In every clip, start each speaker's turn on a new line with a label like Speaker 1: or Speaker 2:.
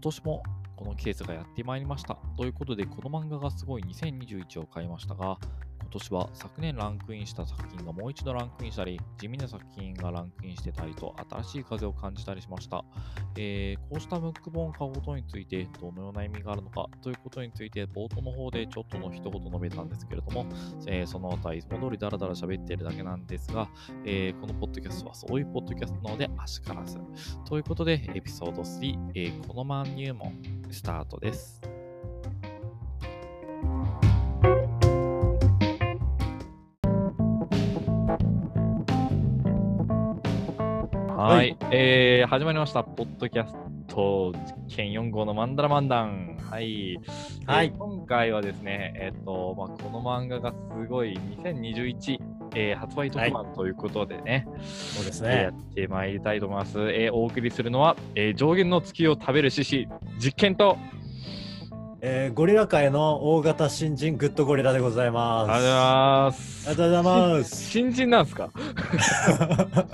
Speaker 1: 年もこの季節がやってまいりました。ということで、この漫画がすごい2021を買いましたが、今年は昨年ランクインした作品がもう一度ランクインしたり、地味な作品がランクインしてたりと、新しい風を感じたりしました。えーこうしたムック本を買うことについて、どのような意味があるのかということについて、冒頭の方でちょっとの一言述べたんですけれども、えーその他いつも通りダラダラ喋ってるだけなんですが、えーこのポッドキャストはそういうポッドキャストなので、足からず。ということで、エピソード3、えーこのまん入門、スタートです。は、
Speaker 2: はい
Speaker 1: えー始まりました、ポッドキャスト、県4号のマンダラマンダン。はい。
Speaker 2: はい
Speaker 1: えー今回はですね、えっ、と、まあ、この漫画がすごい2021、えー発売特番ということでね、
Speaker 2: そうです
Speaker 1: えーや
Speaker 2: ね。
Speaker 1: ってまいりたいと思います。えーお送りするのは、えー上限の月を食べる獅子、実験と、
Speaker 2: えーゴリラ界の大型新人グッドゴリラでございます。
Speaker 1: ありがとうございます。
Speaker 2: ありがとうございます。
Speaker 1: 新人なんです か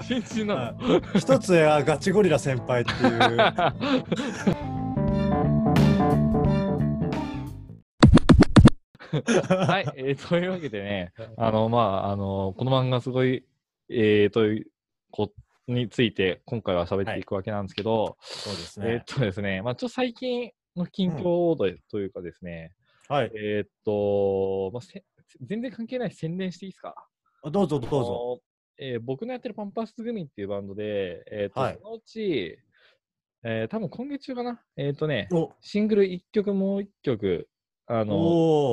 Speaker 1: 新人なの
Speaker 2: 一つはガチゴリラ先輩って いう。
Speaker 1: はい、えーというわけでね、あの、まあ、あの、この漫画すごい、えー、という、こ、について、今回は喋っていくわけなんですけど、
Speaker 2: そうです
Speaker 1: えー
Speaker 2: ね
Speaker 1: っ。とですね、まあ、ちょっと最近の近況で、というかですね、
Speaker 2: はい。
Speaker 1: えーっと、まあ、せ全然関係ない宣伝していいですか
Speaker 2: あどうぞどうぞ。
Speaker 1: あの。えー僕のやってるパンパス組っていうバンドで、えーっと
Speaker 2: はい
Speaker 1: そのうち、えー多分今月中かな、えーっとね、
Speaker 2: お
Speaker 1: シングル1曲、もう1曲、あの、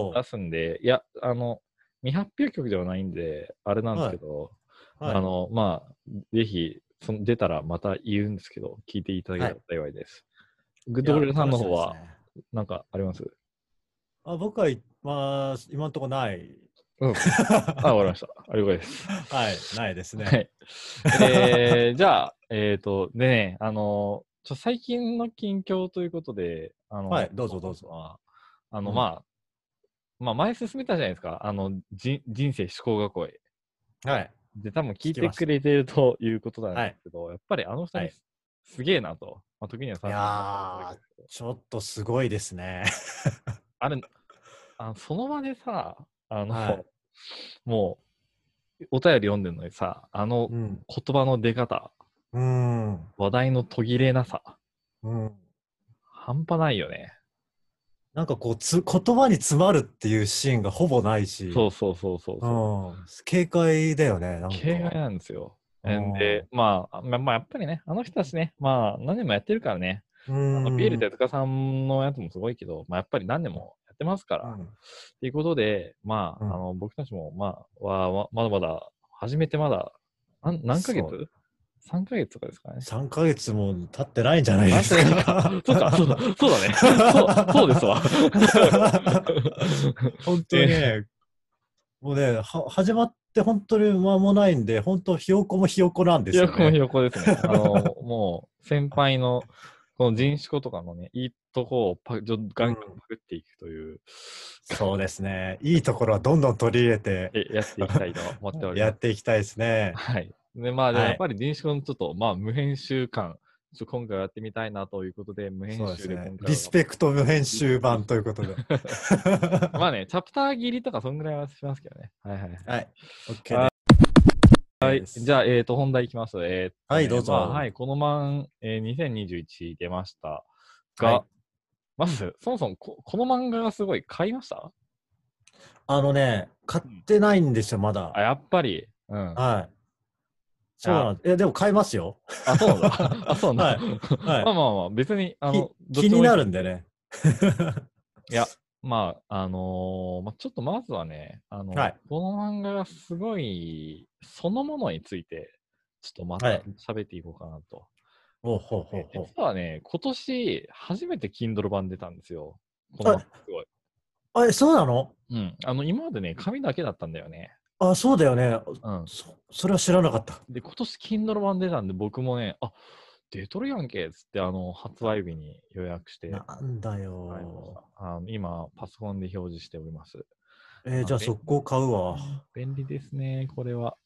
Speaker 2: おー
Speaker 1: 出すんで、いや、あの、未発表曲ではないんで、あれなんですけど、
Speaker 2: はい
Speaker 1: あの、まあ、ぜひ、その出たらまた言うんですけど、聞いていただければ幸いです。グッドゴリラさんの方
Speaker 2: いや
Speaker 1: は
Speaker 2: 楽しみ、ですね
Speaker 1: なんかあります
Speaker 2: あ僕はいまあ今のところない。
Speaker 1: うん。 あ、わかりました。ありがとうございます。
Speaker 2: はい、ないです
Speaker 1: は
Speaker 2: ね。
Speaker 1: い。えー、じゃあ、えっ、と、でね、あの、ちょ最近の近況ということで、あの、
Speaker 2: はいどうぞどうぞ
Speaker 1: まあ。あの、
Speaker 2: うん
Speaker 1: まあ、まあ、前進めたじゃないですか。あの、じ人生思考学校へ。
Speaker 2: はい。
Speaker 1: で、多分聞い
Speaker 2: 聞き
Speaker 1: て
Speaker 2: まし
Speaker 1: く
Speaker 2: た
Speaker 1: れてるということなんですけど、やっぱりあの二人す、
Speaker 2: はい
Speaker 1: すげえなと。まあ、時にはさ、
Speaker 2: いやーちょっとすごいですね。
Speaker 1: あれ、あのその場でさ、あの、
Speaker 2: はい
Speaker 1: もう、お便り読んでるのにさ、あの
Speaker 2: うん。
Speaker 1: 言葉の出方、
Speaker 2: うん。
Speaker 1: 話題の途切れなさ、
Speaker 2: うん。
Speaker 1: 半端ないよね。
Speaker 2: なんかこうつ言葉に詰まるっていうシーンがほぼないし。
Speaker 1: そうそうそうそうそう。
Speaker 2: うん、警戒だよね。なんか
Speaker 1: 形骸なんですよ。
Speaker 2: うん
Speaker 1: で、まあ、まあまあ、やっぱりね、あの人たちね、まあ、何年もやってるからね、
Speaker 2: う
Speaker 1: あ
Speaker 2: ん
Speaker 1: のビールで手塚さんのやつもすごいけど、まあ、やっぱり何年もやってますから、
Speaker 2: う
Speaker 1: っ
Speaker 2: ん
Speaker 1: ていうことで、まあ、
Speaker 2: うん
Speaker 1: あの僕たちも、まあ、わわまだまだ、始めてまだ、なん何ヶ月
Speaker 2: そ
Speaker 1: ?3 ヶ月とかですかね。
Speaker 2: 3ヶ月も経ってないんじゃないですか。
Speaker 1: そう か、そうだ、そう だね。そう、そうです わ。
Speaker 2: 本当にね、もうねは、始まって本当に間もないんで、本当、ひよこもひよこなんです
Speaker 1: ひ
Speaker 2: よ、
Speaker 1: よ
Speaker 2: ね。
Speaker 1: こもひよこですね。あの、もう、先輩の、この人種子とかのね、いいとこをパちょガンガンパクっていくという、
Speaker 2: そうですね。いいところはどんどん取り入れて
Speaker 1: えやっていきたいと思っており
Speaker 2: や
Speaker 1: ま
Speaker 2: っ
Speaker 1: す。
Speaker 2: ていきたいですね。
Speaker 1: はい。で、まあ、でも
Speaker 2: はい
Speaker 1: やっぱり人種子のちょっと、まあ、無編集感、ちょっと今回はやってみたいなということで、無編
Speaker 2: そうで
Speaker 1: 集
Speaker 2: す
Speaker 1: で今回
Speaker 2: ね
Speaker 1: は。。
Speaker 2: リスペクト無編集版とい うことで。
Speaker 1: まあね、チャプター切りとか、そんぐらいはしますけどね。はいはい。
Speaker 2: はい。OK です。
Speaker 1: はい、じゃあ、えっ、と、本題いきます。えーと
Speaker 2: はいどうぞ
Speaker 1: まあはい、この漫、えー、2021出ましたが、
Speaker 2: はい
Speaker 1: まず、そもそもこ、この漫画がすごい買いました
Speaker 2: あのね、買ってないんですよ、まだ
Speaker 1: あ、。やっぱり。うん。あ、
Speaker 2: はい。そうなんです。え、でも買いますよ。
Speaker 1: そうなんだ。 あ、 そうなんだ。
Speaker 2: はい
Speaker 1: まあまあまあ、別に、あの、
Speaker 2: き気にな
Speaker 1: る。
Speaker 2: るんでね。
Speaker 1: いや、まあ、あのーまあ、ちょっとまずはね、あの、
Speaker 2: はい
Speaker 1: この漫画がすごい、そのものについて、ちょっとまた
Speaker 2: はい
Speaker 1: 喋っていこうかなと。
Speaker 2: ほうほうほうほう。
Speaker 1: 実はね、今年、初めて Kindle 版出たんですよ。こ
Speaker 2: あ
Speaker 1: の漫画すごい。
Speaker 2: あえ、そうなの
Speaker 1: うん、あの今までね、紙だけだったんだよね。
Speaker 2: あ、そうだよね。
Speaker 1: うん、
Speaker 2: そそれは知らなかった。
Speaker 1: で、今年 Kindle 版出たんで、僕もね、あ出とるやんけっつって、あの発売日に予約して、
Speaker 2: なんだ
Speaker 1: 買いました
Speaker 2: よ。
Speaker 1: あの今、パソコンで表示しております。
Speaker 2: えーじゃあ
Speaker 1: あ
Speaker 2: 速攻買うわ。
Speaker 1: 便利ですね、これは。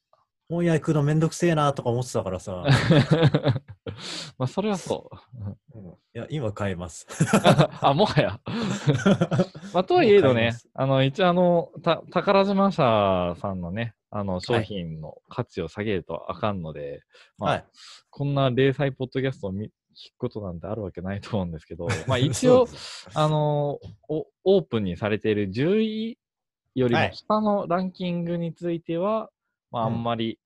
Speaker 2: 本屋行くのめんどくせえなとか思ってたからさ。
Speaker 1: まあ、それは そう。
Speaker 2: うんいや、今買えます。
Speaker 1: あ、もはや。まあ、とはいえど
Speaker 2: もう買い
Speaker 1: ね
Speaker 2: ます、
Speaker 1: あの、一応あの、た宝島社さんのね、あの、商品の価値を下げるとあかんので、まあ
Speaker 2: はい。
Speaker 1: こんな零細ポッドキャストを見聞くことなんてあるわけないと思うんです けど、まあ、一
Speaker 2: そう
Speaker 1: 応
Speaker 2: で、す
Speaker 1: あの、おオープンにされている10位よりも
Speaker 2: はい
Speaker 1: 下のランキングについては、まあ、あ
Speaker 2: うん
Speaker 1: んまり、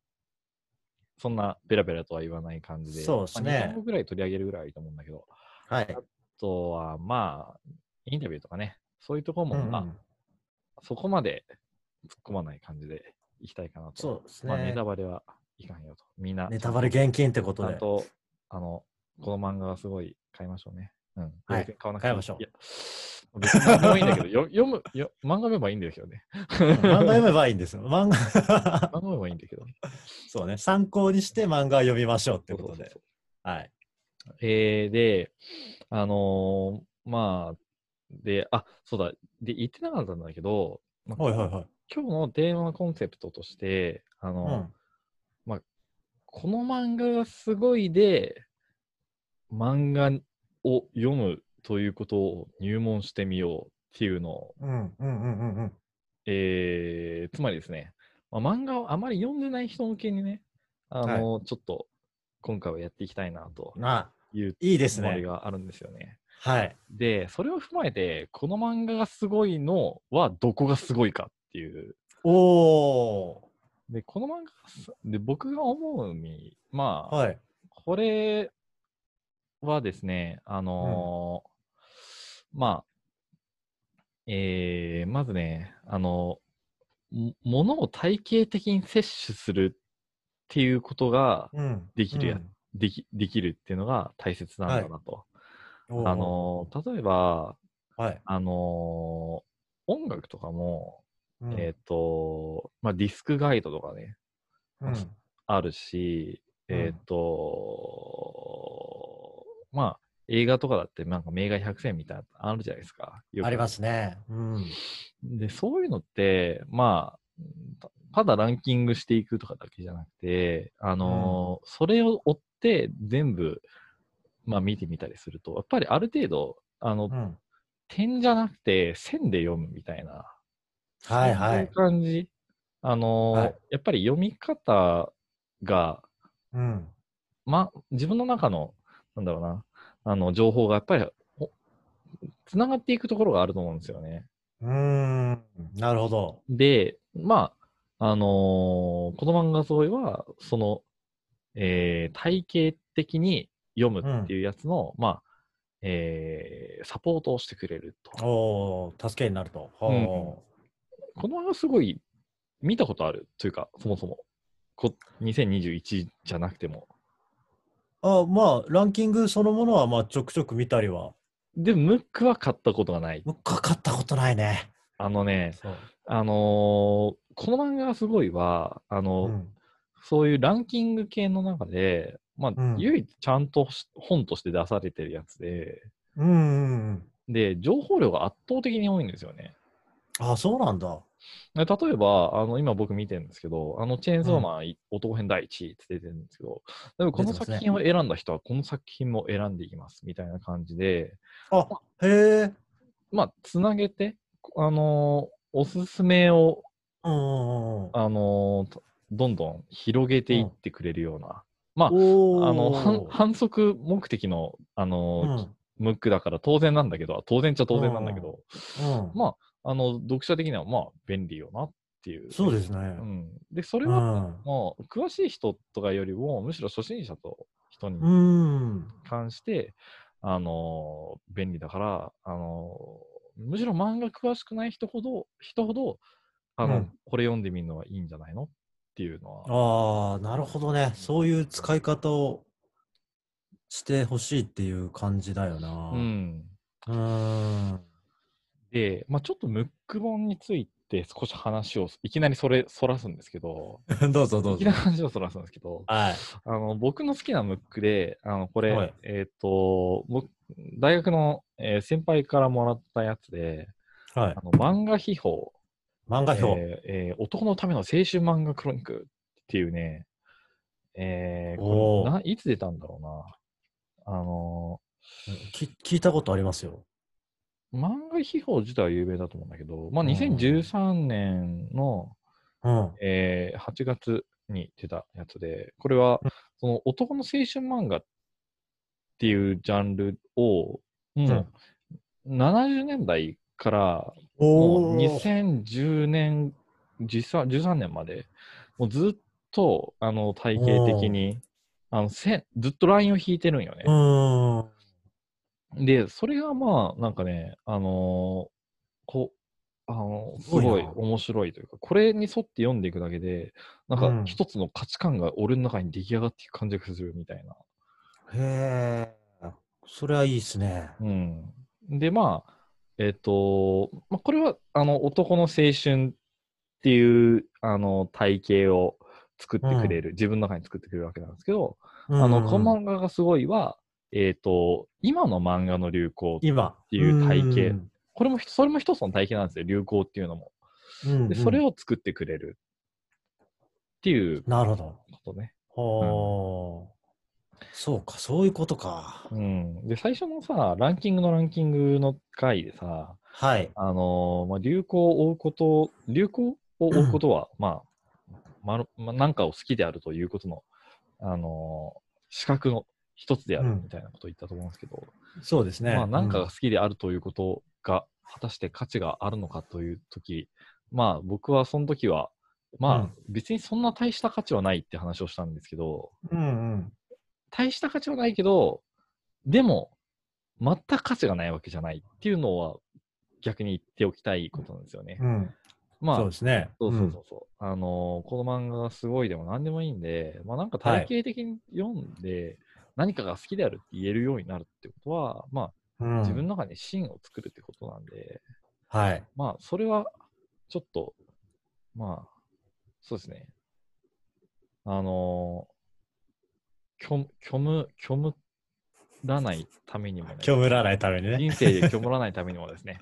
Speaker 1: そんなベラベラとは言わない感じで、
Speaker 2: そうですね
Speaker 1: まあ、2個ぐらい取り上げるぐらいはいいと思うんだけど、
Speaker 2: はい。
Speaker 1: あとは、まあ、インタビューとかね、そういうところも、
Speaker 2: うんう
Speaker 1: ま
Speaker 2: ん
Speaker 1: あ、そこまで突っ込まない感じでいきたいかなと。
Speaker 2: そうです
Speaker 1: まあ、ネ
Speaker 2: ね
Speaker 1: タ。バレはいかんよと。みんな、
Speaker 2: ネタバレ厳禁ってこ
Speaker 1: ち
Speaker 2: と
Speaker 1: ゃ
Speaker 2: で
Speaker 1: ん。と、あの、この漫画はすごい買いましょうね。うん。
Speaker 2: はい
Speaker 1: 500円買わなく
Speaker 2: 買いましょう
Speaker 1: いや、別に何でもいいんだけど、よ読むよ、漫画読めばいいんだけど ね。
Speaker 2: 漫画読めばいいんですよ。漫
Speaker 1: 漫
Speaker 2: 画。
Speaker 1: 画読めばいいんだけど。っ
Speaker 2: そうね。参考にして漫画を読みましょうってことで。はい。
Speaker 1: えー、で、あのーまあ、で、あ、そうだ、で、言ってなかったんだけど、まあ
Speaker 2: はいはいはい。
Speaker 1: 今日のテーマコンセプトとして、あの、
Speaker 2: うん。
Speaker 1: この漫画がすごいで、漫画を読むということを入門してみようっていうのを、
Speaker 2: うんうんうんうんうん。
Speaker 1: えーつまりですね、まあ、漫画をあまり読んでない人向けにね、あの、ちょっと今回はやっていきたいなと
Speaker 2: あ、
Speaker 1: いう
Speaker 2: いいです
Speaker 1: つもり
Speaker 2: ね。
Speaker 1: があるんですよね。
Speaker 2: はい。
Speaker 1: で、それを踏まえて、この漫画がすごいのはどこがすごいかっていう
Speaker 2: おー。
Speaker 1: で、この漫画す、で、僕が思うに、まあ、
Speaker 2: はい。
Speaker 1: これはですね、あのーまあ、えー、まずね、あの、もものを体系的に摂取するっていうことが
Speaker 2: うん。
Speaker 1: できるやつできできるっていうのが大切なんだなと。
Speaker 2: うん。
Speaker 1: あのー例えば、
Speaker 2: ー、はい。
Speaker 1: あのー音楽とかも、
Speaker 2: うん
Speaker 1: えっ、と、まあ、ディスクガイドとかね、
Speaker 2: うん
Speaker 1: あるし、
Speaker 2: うん
Speaker 1: えっ、と、まあ、映画とかだって、なんか、名画100選みたいなのあるじゃないですか。よく
Speaker 2: ありますね。うん。
Speaker 1: で、そういうのって、まあ、たただランキングしていくとかだけじゃなくて、あのーそれを追って全部、まあ、見てみたりすると、やっぱりある程度、あの、
Speaker 2: うん。
Speaker 1: 点じゃなくて、線で読むみたいな、
Speaker 2: はいは
Speaker 1: そういう
Speaker 2: い。
Speaker 1: 感じ。あのー
Speaker 2: はい
Speaker 1: やっぱり読み方が、
Speaker 2: うん。
Speaker 1: ま、自分の中の、なんだろうな、あの、情報がやっぱり、つながっていくところがあると思うんですよね。
Speaker 2: うーん。なるほど。
Speaker 1: で、まあ、あのーこの漫画沿いは、その、えー体系的に読むっていうやつの、まあ、えーサポートをしてくれると。
Speaker 2: おー、助けになると。ほ
Speaker 1: この漫画すごい見たことあるというか、そもそも。こ2021じゃなくても。
Speaker 2: うあまあ、ランキングそのものは、まあ、ちょくちょく見たりは。
Speaker 1: で、ムックは買ったことがない。
Speaker 2: 僕かかったことないね。
Speaker 1: あのね、
Speaker 2: そう。
Speaker 1: あのーこの漫画がすごいは、あの
Speaker 2: ん。
Speaker 1: そういうランキング系の中で、まあ、
Speaker 2: うん
Speaker 1: 唯一ちゃんとし本として出されてるやつで、
Speaker 2: うんうんうん。
Speaker 1: で、情報量が圧倒的に多いんですよね。
Speaker 2: あ、そうなんだ。
Speaker 1: で例えば、あの、今僕見てるんですけど、あの、チェーンソーマン、男編第一位って出てるんですけど、でもこの
Speaker 2: 出てま
Speaker 1: 作
Speaker 2: すね
Speaker 1: 品を選んだ人はこの作品も選んでいきます、みたいな感じで、
Speaker 2: あ、へえ。
Speaker 1: まあ、つなげて、あのーおすすめを、
Speaker 2: うんうんうん。
Speaker 1: あのーどんどん広げていってくれるような、まあ、
Speaker 2: おー
Speaker 1: あの反反則目的のあの、
Speaker 2: うん
Speaker 1: ムックだから当然なんだけど、当然っちゃ当然なんだけど、
Speaker 2: うん。
Speaker 1: まあ、あの読者的にはまあ便利よなっていう。
Speaker 2: そうですね。
Speaker 1: うん、で、それ
Speaker 2: う
Speaker 1: は、
Speaker 2: ん。
Speaker 1: もう詳しい人とかよりも、むしろ初心者と人
Speaker 2: う
Speaker 1: に
Speaker 2: ん。
Speaker 1: 関して、あの便利だから、あのむしろ漫画詳しくない人ほど、人ほど、あの、
Speaker 2: うん
Speaker 1: これ読んでみるのはいいんじゃないのっていうのは、
Speaker 2: ああ、なるほどね。そういう使い方をしてほしいっていう感じだよな。
Speaker 1: うん、
Speaker 2: うーん。
Speaker 1: で、まあ、ちょっとムック本について少し話を、いきなりそれ、そらすんですけど、
Speaker 2: どうぞど
Speaker 1: いきなり話をそらすんですけど、
Speaker 2: はい。
Speaker 1: あの、僕の好きなムックで、あの、これ、
Speaker 2: はい
Speaker 1: えっ、と、僕、大学の、えー先輩からもらったやつで、
Speaker 2: は
Speaker 1: あ。
Speaker 2: い
Speaker 1: の漫画秘宝、
Speaker 2: 漫画表。
Speaker 1: えーえー男のための青春漫画クロニクルっていうね、えー、こ
Speaker 2: おー
Speaker 1: れないつ出たんだろうな。あの
Speaker 2: き聞いたことありますよ。
Speaker 1: ー漫画秘宝自体は有名だと思うんだけど、まあ、
Speaker 2: うん
Speaker 1: 2013年の、
Speaker 2: うん。
Speaker 1: えー8月に出たやつで、これは、その男の青春漫画っていうジャンルを、もう70年代からも
Speaker 2: お
Speaker 1: う
Speaker 2: ー。
Speaker 1: 2010年、実は13年まで、もうずっとあの体系的にあの線、ずっとラインを引いてるんよ
Speaker 2: う
Speaker 1: ね。
Speaker 2: ん。
Speaker 1: で、それがまあ、なんかね、あのーこあのす
Speaker 2: すごいな
Speaker 1: ごい面白いというか、これに沿って読んでいくだけで、なん
Speaker 2: う
Speaker 1: か
Speaker 2: ん
Speaker 1: 一つの価値観が俺の中に出来上がっていく感じがするみたいな。
Speaker 2: へえ。それはいいですね。
Speaker 1: うん、で、まあ、えっ、と、まあ、これは、あの、男の青春っていう、あの、体系を作ってくれる、自分の中に作ってくれるわけなんですけど、あの、この漫画がすごいは、えっ、と、今の漫画の流行、
Speaker 2: 今。って
Speaker 1: いう体系これもひ、それも一つの体系なんですよ、流行っていうのも。
Speaker 2: うん。
Speaker 1: で、それ
Speaker 2: を。
Speaker 1: を作ってくれるっていう
Speaker 2: なるほど。
Speaker 1: ことね。
Speaker 2: ほーそうか、そういうことか。
Speaker 1: うん。で、最初のさ、ランキングのランキングの回でさ、
Speaker 2: はい。
Speaker 1: あのーまあ、流行を追うこと、流行を追うことは、まあ、まるまあ、何かを好きであるということの、あのー資格の一つである
Speaker 2: うん
Speaker 1: みたいなことを言ったと思うんですけど、
Speaker 2: そうですね。
Speaker 1: まあ、何か
Speaker 2: う
Speaker 1: が好きであるということが、果たして価値があるのかというとき、まあ、僕はその時は、
Speaker 2: う
Speaker 1: ま
Speaker 2: ん
Speaker 1: あ、別にそんな大した価値はないって話をしたんですけど、
Speaker 2: うんうん。
Speaker 1: 大した価値はないけど、でも、全く価値がないわけじゃないっていうのは、逆に言っておきたいことなんですよね。
Speaker 2: うん。
Speaker 1: まあ、
Speaker 2: そうですね。
Speaker 1: そう
Speaker 2: う
Speaker 1: そうんそうそう、あのーこの漫画がすごいでも何でもいいんで、まあなんか体系的に読んで、何かが好きであるって言えるようになるってことは、まあ
Speaker 2: うん
Speaker 1: 自分の中に芯を作るってことなんで、
Speaker 2: はい。
Speaker 1: まあそれはちょっと、まあ、そうですね。あのー、虚無、虚無、虚無らないためにもね、
Speaker 2: 虚無らないためにね。
Speaker 1: 人生で虚無らないためにもです ね、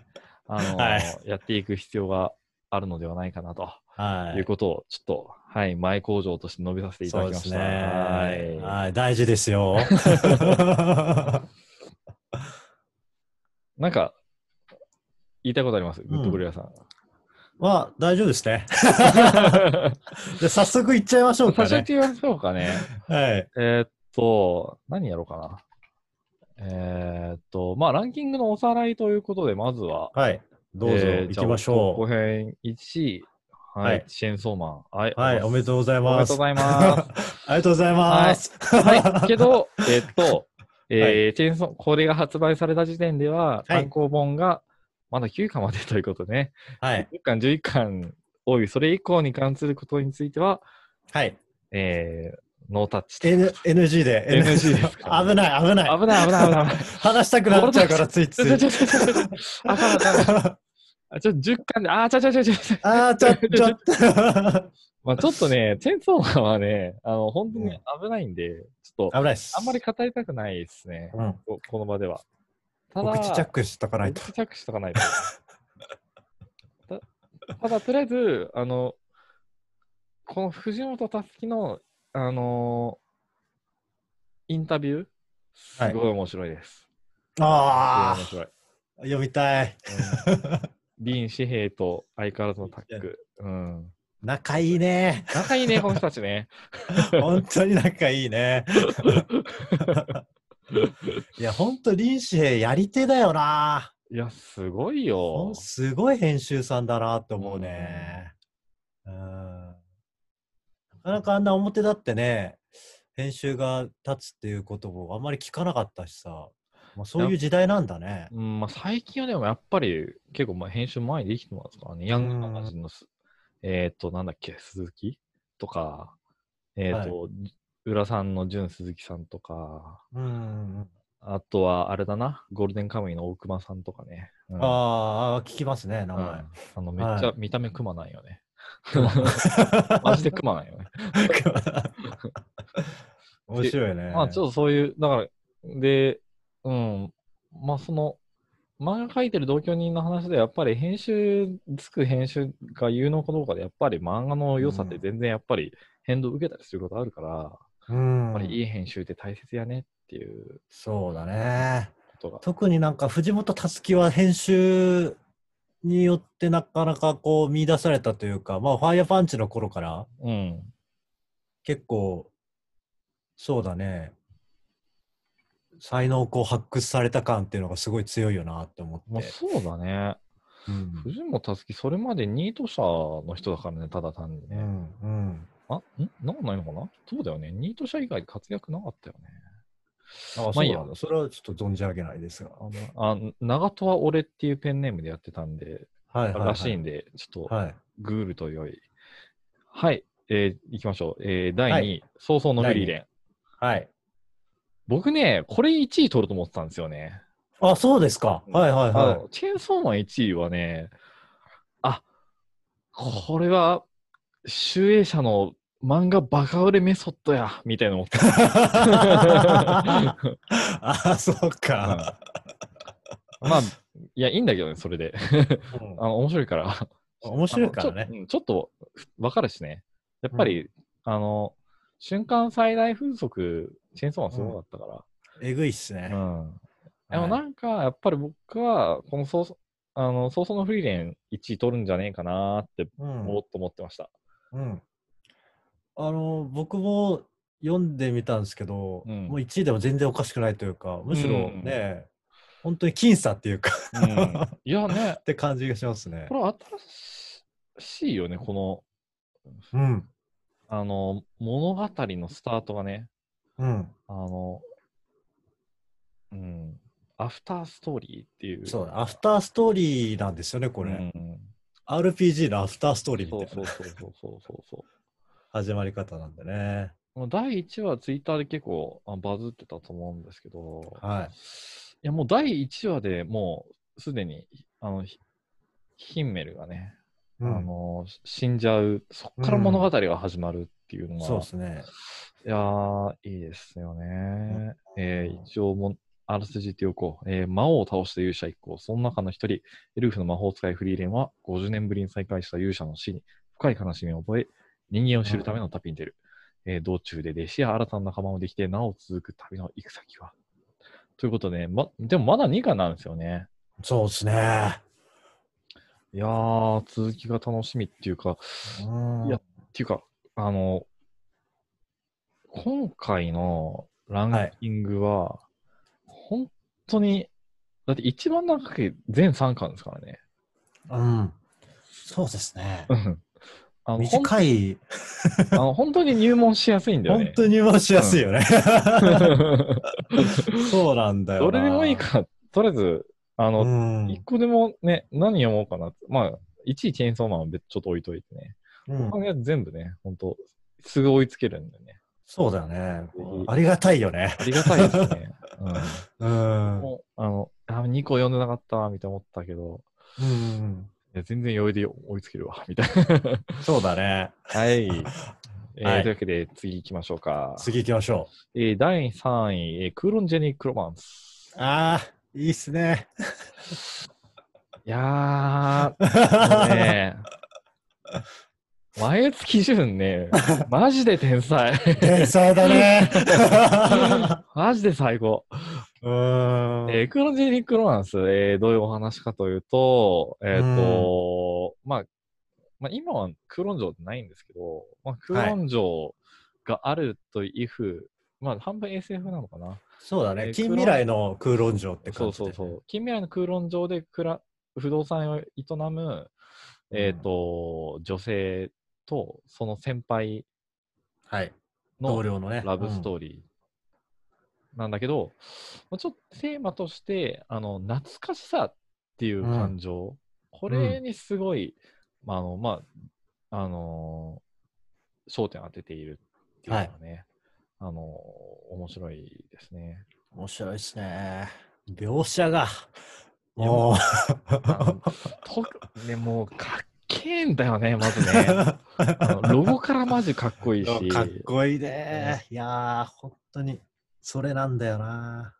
Speaker 1: あのー
Speaker 2: はい
Speaker 1: やっていく必要があるのではないかなと。
Speaker 2: は
Speaker 1: いうことを、ちょっと、はい、前工場として述べさせていただ
Speaker 2: そう
Speaker 1: きまし
Speaker 2: です
Speaker 1: た。
Speaker 2: ね。
Speaker 1: はい
Speaker 2: はい。大事ですよ。
Speaker 1: なんか、言いたいことあります、グッドブレアさん。
Speaker 2: まあ、大丈夫ですね。 で早速行っちゃいましょう
Speaker 1: 最
Speaker 2: か
Speaker 1: 初言っ
Speaker 2: ね
Speaker 1: て。みましょうかね。
Speaker 2: はい。
Speaker 1: えーっと、何やろうかな。えーっと、まあ、ランキングのおさらいということで、まずは、
Speaker 2: はい。どうぞ、
Speaker 1: えー
Speaker 2: 行きましょ
Speaker 1: 後編1位、はい、
Speaker 2: はい
Speaker 1: チェーンソーマン。はい、
Speaker 2: う。はい。おめでとうござい
Speaker 1: おめ
Speaker 2: ま。
Speaker 1: ですとうございます。
Speaker 2: ありがとうございます。
Speaker 1: はい、けど、えっ と、えーチェーンソー、これが発売された時点では、
Speaker 2: はい
Speaker 1: 単行本がまだ9巻までということね。
Speaker 2: はい。
Speaker 1: 10巻、11巻多い、それ以降に関することについては、
Speaker 2: はい。
Speaker 1: えー、ノータッチと。
Speaker 2: N、NG で。N-
Speaker 1: NG ですか
Speaker 2: 危ない、危ない。
Speaker 1: 危ない、危ない、危 ない。
Speaker 2: 話したくなっちゃう から、ついつ
Speaker 1: ちょ
Speaker 2: い
Speaker 1: ち。ょちょちょちょ。あかんあかんあかんあちょ、10巻で、あー、ちょちょちょちょちょ。
Speaker 2: あー、ちょ、ちょっと。
Speaker 1: まあ、ちょっとね、チェーンソーマンはね、あの、本当に危ないんで、ちょっと、
Speaker 2: 危ないです。
Speaker 1: あんまり語りたくないですね。
Speaker 2: うん。
Speaker 1: ここの場では。た
Speaker 2: お
Speaker 1: だ、
Speaker 2: 口チャックしとかないと。
Speaker 1: 着着しとかないと。たただ、とりあえず、あの、この藤本たすきの、あのーインタビュー、
Speaker 2: はい
Speaker 1: すごい面白いです。
Speaker 2: あ
Speaker 1: すごい面
Speaker 2: あ、読みたい。
Speaker 1: 白い。 うん、ビン・シヘイと相変わらずのタッグ。うん、
Speaker 2: 仲いいね。
Speaker 1: 仲いいね、この人たちね。
Speaker 2: 本当に仲いい ね。いや、本当林志平やり手だよな。
Speaker 1: いや、すごい
Speaker 2: ほ
Speaker 1: よ
Speaker 2: ん。すごい編集さんだなって思うね。うん。なかなかあんな表立ってね、編集が立つっていうことをあんまり聞かなかったしさ、まあ、そういう時代なんだね。
Speaker 1: うんまあ、最近はでもやっぱり結構まあ編集前にできてますからね、ヤングマガジンのす、えっ、と、なんだっけ、鈴木とか、えっ、と、浦さんの純鈴木さんとか、
Speaker 2: うん。
Speaker 1: あとはあれだな、ゴールデンカムイの大熊さんとかね。うん
Speaker 2: あーあー、聞きますね、名
Speaker 1: うん
Speaker 2: 前。
Speaker 1: あのめっちゃ
Speaker 2: はい
Speaker 1: 見た目熊なんよ ね。マジで熊なんよね。
Speaker 2: 面白いね。
Speaker 1: まあちょっとそういう、だから、で、うん、まあその、漫画描いてる同居人の話で、やっぱり編集、つく編集が有能かどうかで、やっぱり漫画の良さって全然やっぱり変動受けたりすることあるから、
Speaker 2: うん
Speaker 1: やっぱりいい編集って大切やねっていう
Speaker 2: そうだね。
Speaker 1: ことが。
Speaker 2: 特になんか藤本たつきは編集によってなかなかこう見出されたというか、まあ、ファイヤーパンチの頃から
Speaker 1: うん。
Speaker 2: 結構、そうだね、才能をこう発掘された感っていうのがすごい強いよなって思
Speaker 1: も
Speaker 2: っ
Speaker 1: う
Speaker 2: て。
Speaker 1: そうだね。
Speaker 2: うん
Speaker 1: 藤本つきそれまでニート社の人だからね、ただ単に
Speaker 2: う
Speaker 1: ね。
Speaker 2: んうん、
Speaker 1: あ、んなんもないのかなそうだよね。ニート社以外活躍なかったよね。
Speaker 2: あ
Speaker 1: まあいいや
Speaker 2: そうなんだそれはちょっと存じ上げないですが。
Speaker 1: あの、あ長戸は俺っていうペンネームでやってたんで、
Speaker 2: はいはは
Speaker 1: らしいんで、ちょっと
Speaker 2: はい。
Speaker 1: グールと良い。はい、えー、いきましょう。えー、第2
Speaker 2: は
Speaker 1: 位、早々のフリーレン。
Speaker 2: はい。
Speaker 1: 僕ね、これ1位取ると思ってたんですよね。
Speaker 2: あ、そうですか。はいはい
Speaker 1: あ
Speaker 2: は
Speaker 1: のチェーンソーマン1位はね、あ、これは、集英社の漫画バカ売れメソッドや、みたいな思って た。
Speaker 2: い。 あ、そうか。
Speaker 1: まあ、いや、いいんだけどね、それで。
Speaker 2: うん
Speaker 1: あの、面白いから。
Speaker 2: 面白いから
Speaker 1: あの。
Speaker 2: ね
Speaker 1: ちょ,うん、ちょっと、わかるしね。やっぱり、あの、瞬間最大風速、チェーンソーマンすごかったから。
Speaker 2: えぐいっすね。
Speaker 1: うんでも
Speaker 2: は
Speaker 1: ないんか、やっぱり僕は、この早々、あの、早々のフリーレン1位取るんじゃねえかなーって、
Speaker 2: うん
Speaker 1: ぼーっと思ってました。
Speaker 2: うんあの僕も読んでみたんですけど、
Speaker 1: うん
Speaker 2: もう1位でも全然おかしくないというかむしろ
Speaker 1: うん
Speaker 2: ね、本当に僅差っていうか
Speaker 1: うん いやね
Speaker 2: っ、て感じがしますね
Speaker 1: こ。れ新しいよね、こ
Speaker 2: うん
Speaker 1: の、あの、物語のスタートがね、
Speaker 2: うん、
Speaker 1: あの、うん、アフターストーリーっていう。
Speaker 2: そうだアフターストーリーなんですよねこれ、
Speaker 1: うん、
Speaker 2: RPG のアフターストーリー
Speaker 1: そ
Speaker 2: み
Speaker 1: う
Speaker 2: たい
Speaker 1: そ
Speaker 2: な
Speaker 1: うそうそうそうそうそう。
Speaker 2: 始まり方なんでね。
Speaker 1: もう第1話、ツイッターで結構あバズってたと思うんですけど、い
Speaker 2: はい
Speaker 1: やもう第1話でもうすでにあのヒヒンメルがね、
Speaker 2: うん
Speaker 1: あの死んじゃう、そっから物語が始まるっていうのは、
Speaker 2: そうですね。
Speaker 1: いやー、いいですよね。えー一応も、あらすじ言っておこう。えー魔王を倒した勇者一行、その中の一人、エルフの魔法使いフリーレンは、50年ぶりに再会した勇者の死に深い悲しみを覚え、人間を知るための旅に出る。えー道中で弟子や新たな仲間もできて、なお続く旅の行く先は。ということで、ま、でもまだ2巻なんですよね。
Speaker 2: そうですね。
Speaker 1: いやー、続きが楽しみっていうか、っ
Speaker 2: うん
Speaker 1: いやていうか、あの、今回のランキングは、本当に、だって一番長くて全3巻ですからね。
Speaker 2: うん、そうですね。
Speaker 1: あのほん
Speaker 2: 短い、
Speaker 1: あの本当に入門しやすいんだよ
Speaker 2: 本
Speaker 1: ね。
Speaker 2: 当に回しやすい よね。
Speaker 1: に
Speaker 2: そうなんだよ
Speaker 1: ど
Speaker 2: な。
Speaker 1: れでもいいから、とりあえず、あ
Speaker 2: う
Speaker 1: の、
Speaker 2: ん。
Speaker 1: 一個でもね、何読もうかなって。まあ、1位チェーンソーマンは別ちょっと置いといてね。
Speaker 2: うん
Speaker 1: 他のやつ全部ね、本当すぐ追いつけるんだよね。
Speaker 2: そうだよね
Speaker 1: ぜひ。
Speaker 2: ありがたいよね。
Speaker 1: ありがたいです ね。うん
Speaker 2: うん。うん
Speaker 1: もうあの、あ、2個読んでなかったわ、みたいな思ったけど、
Speaker 2: うん
Speaker 1: いや全然余裕で追いつけるわ、 みたいな。
Speaker 2: そうだね。
Speaker 1: はい。 えー
Speaker 2: はい
Speaker 1: というわけで、次行きましょうか。
Speaker 2: 次行きましょ
Speaker 1: えー第3位、えークーロンジェニー・クロマンス。
Speaker 2: う。ああ、いいっすね。
Speaker 1: いやー、もう ね、前月順ね、マジで天 才。
Speaker 2: 天才だ ね。
Speaker 1: マジで最高。
Speaker 2: うーん。
Speaker 1: えークロジェニック・ロマンス、えーどういうお話かというと、えっ、と、まあ、まあ、今はクロン城ってないんですけど、まあ、クロン城があるというふう、まあ、半分 SF なのかな。
Speaker 2: そうだ
Speaker 1: え
Speaker 2: ね。
Speaker 1: ー
Speaker 2: 近未来の空論城って
Speaker 1: そ
Speaker 2: 感
Speaker 1: う
Speaker 2: じで
Speaker 1: そ
Speaker 2: ね。
Speaker 1: うそう。近未来のクロン城でくら不動産を営む、えっ、と、女性とその先輩
Speaker 2: はい。
Speaker 1: の
Speaker 2: 同僚のね。
Speaker 1: ラブストーリーなんだけど、まあちょっとテーマとしてあの懐かしさっていう感情、これにすごい、まああのまああのー焦点を当てているっていうのはね、あのー面白いですね。
Speaker 2: うん面白いっすね。描写が。
Speaker 1: いや
Speaker 2: も
Speaker 1: あのとねもうかっけえんだよねまずね。あのロゴからマジかっこいいし。
Speaker 2: う。 かっこいいね。いやー、本当に、それなんだよな。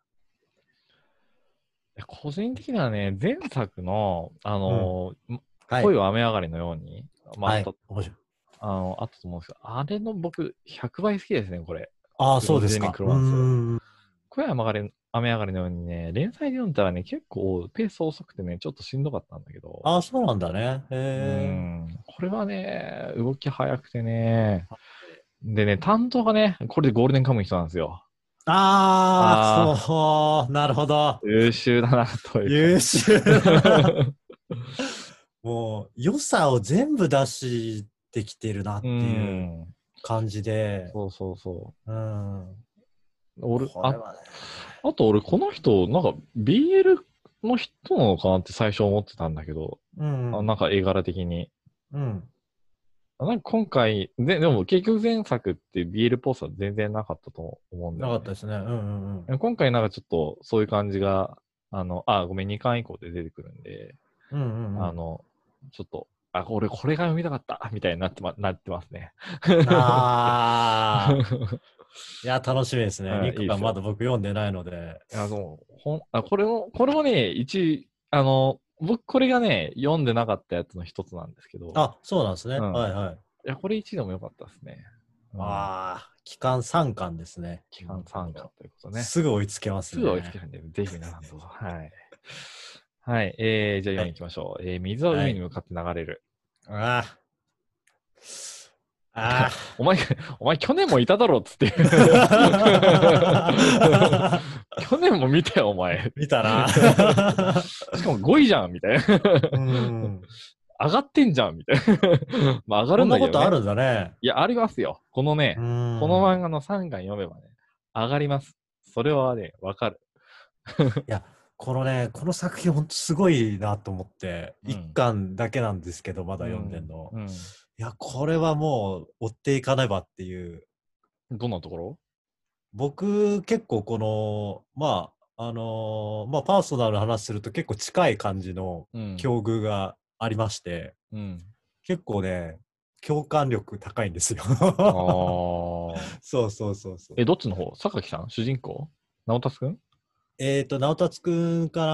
Speaker 1: いや個人的にはね、前作の、あのー
Speaker 2: は
Speaker 1: 恋は雨上がりのように、まあ、
Speaker 2: は
Speaker 1: あ
Speaker 2: い
Speaker 1: と、
Speaker 2: 面白い。
Speaker 1: あの、あったと思うんですけど、あれの僕、100倍好きですね、これ。
Speaker 2: ああ、そうですか。
Speaker 3: クローンズ
Speaker 2: うん
Speaker 1: 小山上がれ、雨上がりのようにね、連載で読んだらね、結構ペース遅くてね、ちょっとしんどかったんだけど。
Speaker 2: ああ、そうなんだね。
Speaker 1: う
Speaker 2: へえ。
Speaker 1: んこれはね、動き早くてね。でね、担当がね、これでゴールデンカムイの人なんですよ。
Speaker 2: ああ、そう、なるほど。
Speaker 1: 優秀だな、という。
Speaker 2: 優秀。もう、良さを全部出してきてるなって
Speaker 1: う。
Speaker 2: いうん感じで。
Speaker 1: そうそうそ
Speaker 2: うん。
Speaker 1: う。俺、
Speaker 2: これ
Speaker 1: あ
Speaker 2: はね。
Speaker 1: あと俺、この人、なんか BL の人なのかなって最初思ってたんだけど、
Speaker 2: うん。
Speaker 1: あなんか絵柄的に。
Speaker 2: うん。
Speaker 1: あなんか今回、ででも結局前作って BL ポスター全然なかったと思うんだ
Speaker 2: な
Speaker 1: よ、ね。
Speaker 2: かったですね。うんうんうん。
Speaker 1: 今回なんかちょっとそういう感じが、あの、あ、ごめん、2巻以降で出てくるんで、
Speaker 2: うんうんうん、
Speaker 1: あの、ちょっと、あ、俺これが読みたかったみたいになってま、なってますね。
Speaker 2: あーいや、楽しみですね
Speaker 1: は。い
Speaker 2: ニック
Speaker 1: いいで
Speaker 2: が
Speaker 1: すよ
Speaker 2: まだ僕読んでないので。
Speaker 1: あの、ほん、あ、これも、これもね、一、あの、僕これがね、読んでなかったやつの一つなんですけど、
Speaker 2: あ、そうなんですね。
Speaker 1: うん
Speaker 2: はいはい。
Speaker 1: いや、これ一でもよかったですね。うん
Speaker 2: ああ、期間3巻ですね。
Speaker 1: 期間3巻ということね。
Speaker 2: すぐ追いつけますすね。
Speaker 1: ぐ追いつけるんで、ぜひ皆さんどうぞ。はい。はい。えー、じゃあ4行きましょう。えー、水は海に向かって流れる。
Speaker 2: ああ。あ
Speaker 1: お前、 お前去年もいただろっつって。
Speaker 2: あ。
Speaker 1: 去年も見たよ、お前。
Speaker 2: 見たな。
Speaker 1: しかも5位じゃん、みたいな。
Speaker 2: うん。
Speaker 1: 上がってんじゃん、みたいな。 まあ上が
Speaker 2: こ
Speaker 1: る
Speaker 2: ん
Speaker 1: んだ
Speaker 2: な
Speaker 1: けど、
Speaker 2: こ
Speaker 1: ね。
Speaker 2: とあるんだね。
Speaker 1: いや、ありますよ。このね
Speaker 2: う、ん
Speaker 1: この漫画の3巻読めばね、上がります。それはね、わかる。
Speaker 2: このね、この作品、ほんとすごいなと思って、
Speaker 1: うん
Speaker 2: 一巻だけなんですけど、まだ読んでんの。
Speaker 1: うん。
Speaker 2: いや、これはもう追っていかねばっていう。
Speaker 1: どんなところ
Speaker 2: 僕、結構この、まあ、あのーまあ、パーソナルな話すると結構近い感じの
Speaker 1: うん
Speaker 2: 境遇がありまして、
Speaker 1: うん。
Speaker 2: 結構ね、共感力高いんですよ。
Speaker 1: ああ。
Speaker 2: そうそうそうそう。
Speaker 1: え、どっちの方榊さん主人公直達くん
Speaker 2: えっ、と、直達くんかな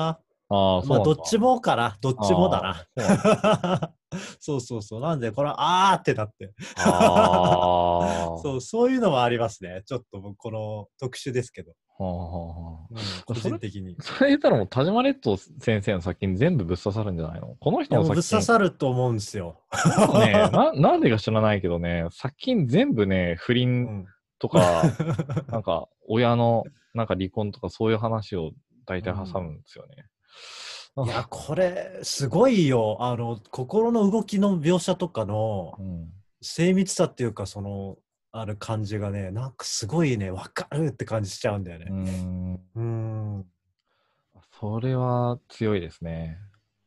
Speaker 1: ああ、そうな
Speaker 2: ま
Speaker 1: ん
Speaker 2: あ、
Speaker 1: だ
Speaker 2: どっち。もかなどっちもだな。
Speaker 1: そうなんだ
Speaker 2: そうそうそう。なんで、これ、あーってなって。
Speaker 1: ああ。
Speaker 2: そう、そういうのもありますね。ちょっと僕、この特殊ですけど、
Speaker 1: はあはあはあ
Speaker 2: うん個人的に。
Speaker 1: それ言ったらもう田島列島先生の作品全部ぶっ刺さるんじゃないのこの
Speaker 2: い
Speaker 1: 人
Speaker 2: や
Speaker 1: の
Speaker 2: もうぶ
Speaker 1: 作
Speaker 2: っ刺
Speaker 1: 品。
Speaker 2: さると思うんですよ。
Speaker 1: もうねな、なんでか知らないけどね、作品全部ね、不
Speaker 2: う
Speaker 1: 倫
Speaker 2: ん、
Speaker 1: とか、なんか親のなんか離婚とかそういう話を大体挟むんですよね。
Speaker 2: いや、これ、すごいよ。あの、心の動きの描写とかの
Speaker 1: うん、
Speaker 2: 精密さっていうか、その、ある感じがね、なんかすごいね、わかるって感じしちゃうんだよ
Speaker 1: う
Speaker 2: ね。
Speaker 1: ん
Speaker 2: うん。
Speaker 1: それは強いですね。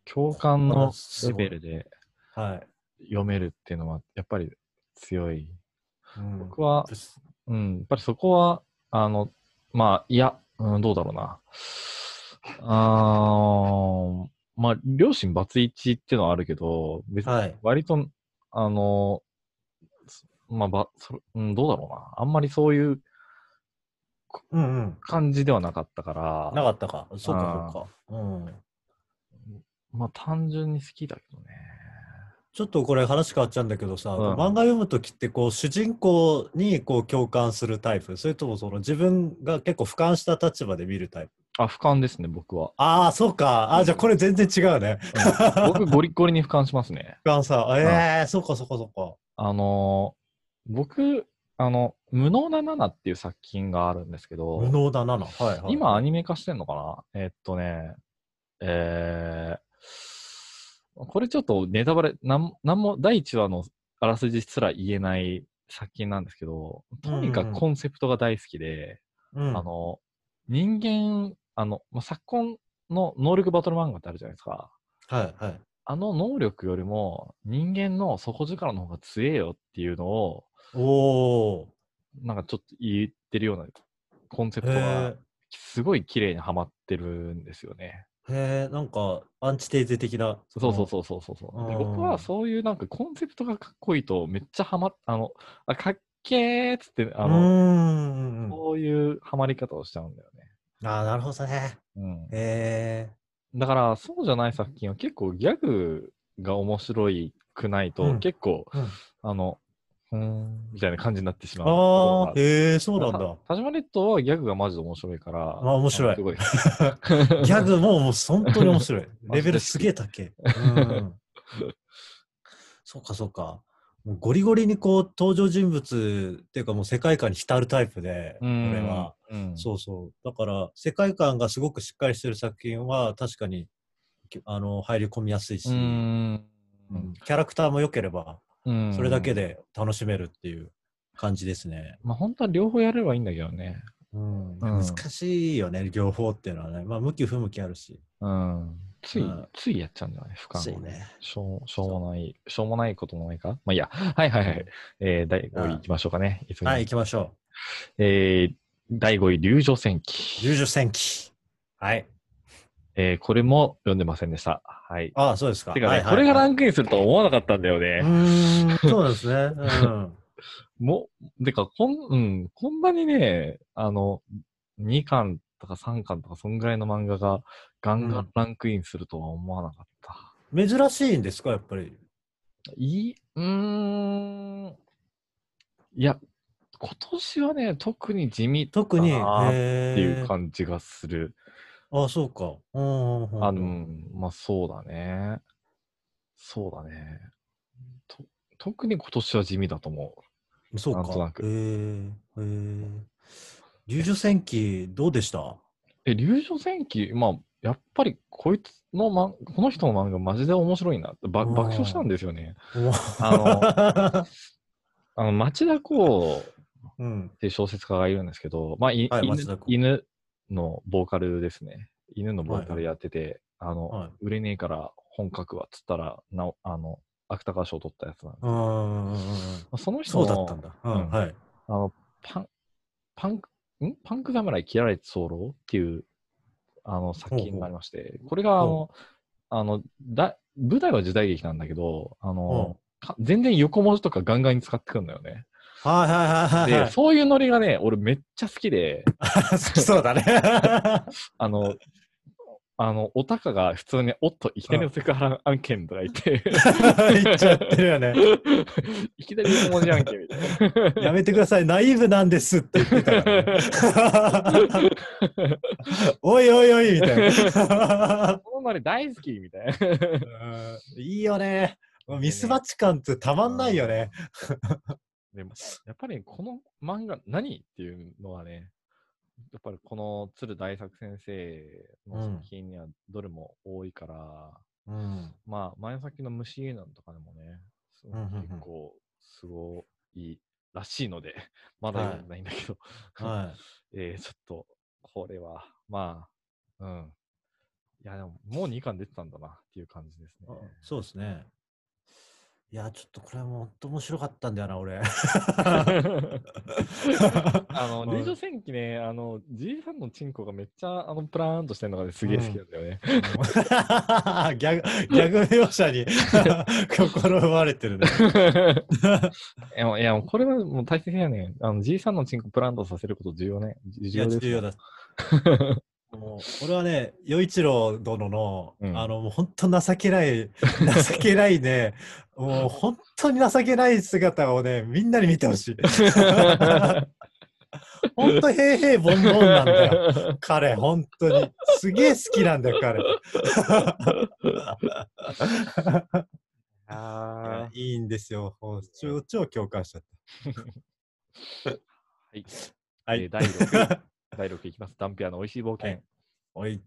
Speaker 1: 共感のレベルで
Speaker 2: はい。
Speaker 1: 読めるっていうのはやっぱり強い。
Speaker 2: うん
Speaker 1: 僕は、うん、やっぱりそこは、あの、まあ、いや、うん、どうだろうな。あーまあ、両親バツイチっていうのはあるけど、別に
Speaker 2: はい。
Speaker 1: 割と、あの、そまあ、ばそれうん、どうだろうな。あんまりそういう
Speaker 2: うんうん。
Speaker 1: 感じではなかったから、
Speaker 2: なかったか。そうか
Speaker 1: あー、
Speaker 2: そうか。うん。
Speaker 1: まあ、単純に好きだけどね。
Speaker 2: ちょっとこれ話変わっちゃうんだけどさ、
Speaker 1: うん
Speaker 2: 漫画読むときってこう主人公にこう共感するタイプそれともその自分が結構俯瞰した立場で見るタイプ
Speaker 1: あ、俯瞰ですね、僕は。
Speaker 2: ああそうかあーじゃあこれ全然違うね
Speaker 1: うん僕、ゴリッゴリに俯瞰しますね。
Speaker 2: 俯瞰さええー、そうかそうかそうか
Speaker 1: あのー僕、あの、無能なナナっていう作品があるんですけど、
Speaker 2: 無能だなのはい、はい、
Speaker 1: 今アニメ化してんのかなえーっとね、えー、これちょっとネタバレ、なんなんも、第1話のあらすじすら言えない作品なんですけど、とにか
Speaker 2: うん
Speaker 1: く
Speaker 2: うん
Speaker 1: コンセプトが大好きで、
Speaker 2: うん
Speaker 1: あの、人間、あの、まあ、昨今の能力バトル漫画ってあるじゃないですか。
Speaker 2: はいはい
Speaker 1: あの能力よりも人間の底力の方が強えよっていうのを、
Speaker 2: おお
Speaker 1: なんかちょっと言ってるようなコンセプトが
Speaker 2: へ
Speaker 1: すごい綺麗にはまってるんですよね。
Speaker 2: えへえなんかアンチテーゼ的な
Speaker 1: そうそうそうそうそうそう。で
Speaker 2: うん
Speaker 1: 僕はそういうなんかコンセプトがかっこいいとめっちゃハマっあの、あかっけーっつって、あ
Speaker 2: あ
Speaker 1: の、
Speaker 2: のうーん
Speaker 1: そういうハマり方をしちゃうんだよね。
Speaker 2: ああなるほどね
Speaker 1: うん
Speaker 2: へえ
Speaker 1: だからそうじゃない作品は結構ギャグが面白いくないと、
Speaker 2: うん
Speaker 1: 結構、
Speaker 2: うん
Speaker 1: あのうんみたいな感じになってしまうところ
Speaker 2: あ
Speaker 1: が
Speaker 2: あ、へえ、そうなんだ
Speaker 1: た。田島列島はギャグがマジで面白いから。
Speaker 2: あ面白い
Speaker 1: す ごい。。
Speaker 2: ギャグももう本当に面白い
Speaker 1: マジで好き
Speaker 2: レベルすげえ高え。うん。 そうかそうか。もうゴリゴリにこう登場人物っていうかもう世界観に浸るタイプで、こ
Speaker 1: うん
Speaker 2: れは。。
Speaker 1: うん
Speaker 2: そうそう。だから世界観がすごくしっかりしてる作品は確かにきあの入り込みやすいし、
Speaker 1: ううん。
Speaker 2: うんキャラクターも良ければ
Speaker 1: うん
Speaker 2: それだけ。で楽しめるっていう感じですね。
Speaker 1: まあ本当は両方やればいいんだけどね。
Speaker 2: うん、難しいよね、両方っていうのはね。まあ向き不向きあるし。
Speaker 1: うん。つい
Speaker 2: うん、
Speaker 1: ついやっちゃうんじゃない不可
Speaker 2: つい
Speaker 1: 能
Speaker 2: ね。
Speaker 1: しょう、しょうもない、しょうもないこともないかまあいいや。はいはいはい。えー、第5位いきましょうかね。急ぎ
Speaker 2: はい、行きましょ
Speaker 1: えー、第5位、流女戦
Speaker 2: う。
Speaker 1: 記。
Speaker 2: 十0戦記。はい。
Speaker 1: えー、これも読んでませんでした。はい。
Speaker 2: ああ、そうですか。
Speaker 1: てかね、
Speaker 2: はいはい
Speaker 1: これがラ
Speaker 2: はい
Speaker 1: ンクインするとは思わなかったんだよ
Speaker 2: う
Speaker 1: ね。
Speaker 2: ーん、そうですね。うん。
Speaker 1: もう、てか、こん、うん、こんなにね、あの、2巻とか3巻とか、そんぐらいの漫画がガンガ
Speaker 2: う
Speaker 1: ン
Speaker 2: ん
Speaker 1: ランクインするとは思わなかった。
Speaker 2: 珍しいんですか、やっぱり。
Speaker 1: いい、うーん。いや、今年はね、特に地味だ
Speaker 2: 特に。
Speaker 1: なーっ
Speaker 2: へ
Speaker 1: てい
Speaker 2: ー
Speaker 1: う感じがする。
Speaker 2: ああ、そうか。うんうんうんうん。
Speaker 1: あの、まあそうだね。そうだね。と特に今年は地味だと思う。
Speaker 2: そうか。
Speaker 1: なんとなく
Speaker 2: へーへー流女戦記、どうでした
Speaker 1: え、流星戦記、まあ、やっぱりこいつの、ま、この人の漫画マジで面白いな。ば
Speaker 2: うん
Speaker 1: 爆笑したんですよね。
Speaker 2: あ
Speaker 1: あの、町田公っ
Speaker 2: の、うん。
Speaker 1: ていう小説家がいるんですけど、まあ、い
Speaker 2: はい町田
Speaker 1: 犬
Speaker 2: 公
Speaker 1: 犬のボーカルですね。犬のボーカルやってて、あの、
Speaker 2: はい
Speaker 1: 売れねえから本格はっつったら、なおあの、芥川賞取ったやつなんです。
Speaker 2: う
Speaker 1: ま
Speaker 2: んうんうんうん。
Speaker 1: あその人の
Speaker 2: そうだったんだ。う
Speaker 1: うん
Speaker 2: ん、はい。
Speaker 1: あの、パン、パンク、んパンク侍切られて候っていう、あの、作品がありまして、これが、あの
Speaker 2: ほ、
Speaker 1: あの、だ、舞台は時代劇なんだけど、あの、か全然横文字とかガンガンに使ってくるんだよね。
Speaker 2: はいはいはいはいは
Speaker 1: で、
Speaker 2: い。
Speaker 1: そういうノリがね、俺めっちゃ好きで、
Speaker 2: 好き そうだね。
Speaker 1: あの、あの、おたかが普通に、おっと、いきなりのセクハラ案件とか言って、
Speaker 2: 言っちゃってるよね。
Speaker 1: いきなり横文字案件みたいな。
Speaker 2: やめてください、ナイーブなんですって言ってたから ね。おいおいおいみたいな。
Speaker 1: このノリ大好きみたいな。
Speaker 2: うんいいよね。もうミスマッチ感ってたまんないよね。
Speaker 1: でも、やっぱりこの漫画、何っていうのはね、やっぱりこの鶴大作先生の
Speaker 2: うん
Speaker 1: 作品にはどれも多いから、
Speaker 2: うん。
Speaker 1: まあ、前の先の虫ユーナンとかでもね、す
Speaker 2: うんうんうん
Speaker 1: 結構すごいらしいので、 まだ読んでないんだけど、
Speaker 2: は
Speaker 1: えーちょっと、これは、まあ、うん。いや、でも、もう2巻出てたんだなっていう感じです
Speaker 2: い
Speaker 1: ね。。
Speaker 2: そうですね。いや、ちょっとこれも本当面白かったんだよな、俺。
Speaker 1: あの、
Speaker 2: うん
Speaker 1: 入場戦記ね、あの、G さんのチンコがめっちゃ、あの、プラーンとしてるのがね、すげえ好きなんだよね。
Speaker 2: ギャグ、ギャグ描写に 心奪われてるね。
Speaker 1: いや、もういやもうこれはもう大切やねん。あの、G さんのチンコプラーンとさせること重要ね。
Speaker 2: い
Speaker 1: 重
Speaker 2: や
Speaker 1: 要です。
Speaker 2: 重要だ。もう俺はね、与一郎殿の、
Speaker 1: うん
Speaker 2: あの、もう本当情けない、情けないね、もう本当に情けない姿をね、みんなに見てほしい。 本当平々凡々なんだよ。彼、本当に。すげえ好きなんだよ、彼。
Speaker 1: あ
Speaker 2: いいんですよ。もう超、超共感しちゃっ
Speaker 1: はい。
Speaker 2: た。は
Speaker 1: えー
Speaker 2: い。
Speaker 1: 第6位。第6位いきます。 ダンピアの美味しい冒険。
Speaker 2: はいおい。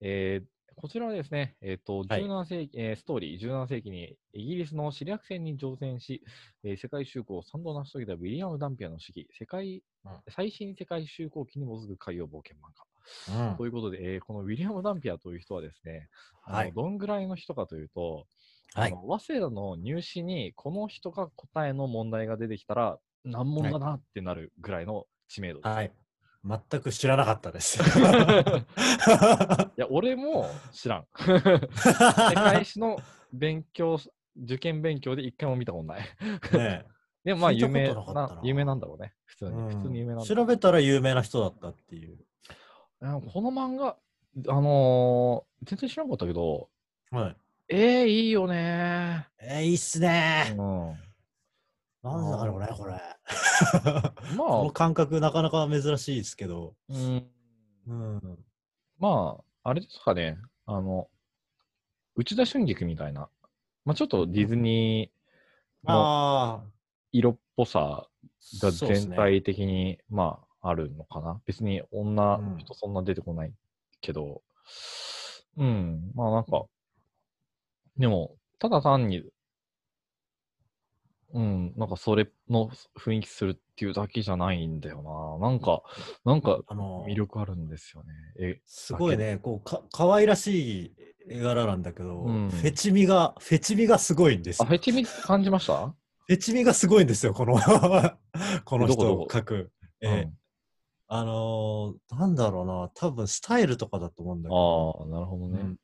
Speaker 1: えーこちらはですね、えっと
Speaker 2: はい
Speaker 1: 17世紀えーストーリー17世紀にイギリスのシリア戦に乗船し、えー世界修行を3度成し遂げたウィリアム・ダンピアの主義世界、
Speaker 2: うん
Speaker 1: 最新世界修行期に基づく海洋冒険漫
Speaker 2: う
Speaker 1: 画。
Speaker 2: ん
Speaker 1: ということで、えーこのウィリアム・ダンピアという人はですね、あの
Speaker 2: はい。
Speaker 1: どんぐらいの人かというと、
Speaker 2: は
Speaker 1: あ
Speaker 2: い。
Speaker 1: の早稲田の入試にこの人が答えの問題が出てきたら難問だなってなるぐらいの知名度です。
Speaker 2: はい。全く知らなかったです。
Speaker 1: いや、俺も知らん。世界史の勉強、受験勉強で一回も見たことない。
Speaker 2: ね
Speaker 1: でもまあ
Speaker 2: 聞いた
Speaker 1: 有名
Speaker 2: ことなかったな
Speaker 1: な、有名なんだろうね。普通
Speaker 2: え
Speaker 1: に、普通に有名なんだろ
Speaker 2: 調べたら有名な人だったっていう。
Speaker 1: ううんこの漫画、あのー全然知らんかったけど、
Speaker 2: はい。
Speaker 1: えー、いいよね
Speaker 2: えー、いいっすね
Speaker 1: うん。
Speaker 2: なんだろうね、これ。
Speaker 1: ま
Speaker 2: こ
Speaker 1: あ
Speaker 2: の、感覚、なかなか珍しいですけど。
Speaker 1: うん、
Speaker 2: うん。
Speaker 1: まあ、あれですかね、あの、内田春菊みたいな、まあ、ちょっとディズニーの
Speaker 2: ああ、
Speaker 1: 色っぽさが
Speaker 2: そうっす
Speaker 1: 全
Speaker 2: ね
Speaker 1: 体的に、まあ、あるのかな。別に女
Speaker 2: うん
Speaker 1: の人そんな出てこないけど、うん、まあなんか、でも、ただ単に、うん、なんかそれの雰囲気するっていうだけじゃないんだよな。なんか、なんか
Speaker 2: あの、
Speaker 1: 魅力あるんですよね。え
Speaker 2: すごいね、こう、か可愛らしい絵柄なんだけど、
Speaker 1: うん
Speaker 2: フェチミが、フェチミがすごいんです
Speaker 1: あ、
Speaker 2: よ。
Speaker 1: フェチミ感じました
Speaker 2: フェチミがすごいんですよ、この、 この
Speaker 1: どこ
Speaker 2: 人
Speaker 1: どこ
Speaker 2: を描く。ええ
Speaker 1: うん
Speaker 2: あのーなんだろうな、多分スタイルとかだと思うんだけど、
Speaker 1: ああ、なるほどね。
Speaker 2: うん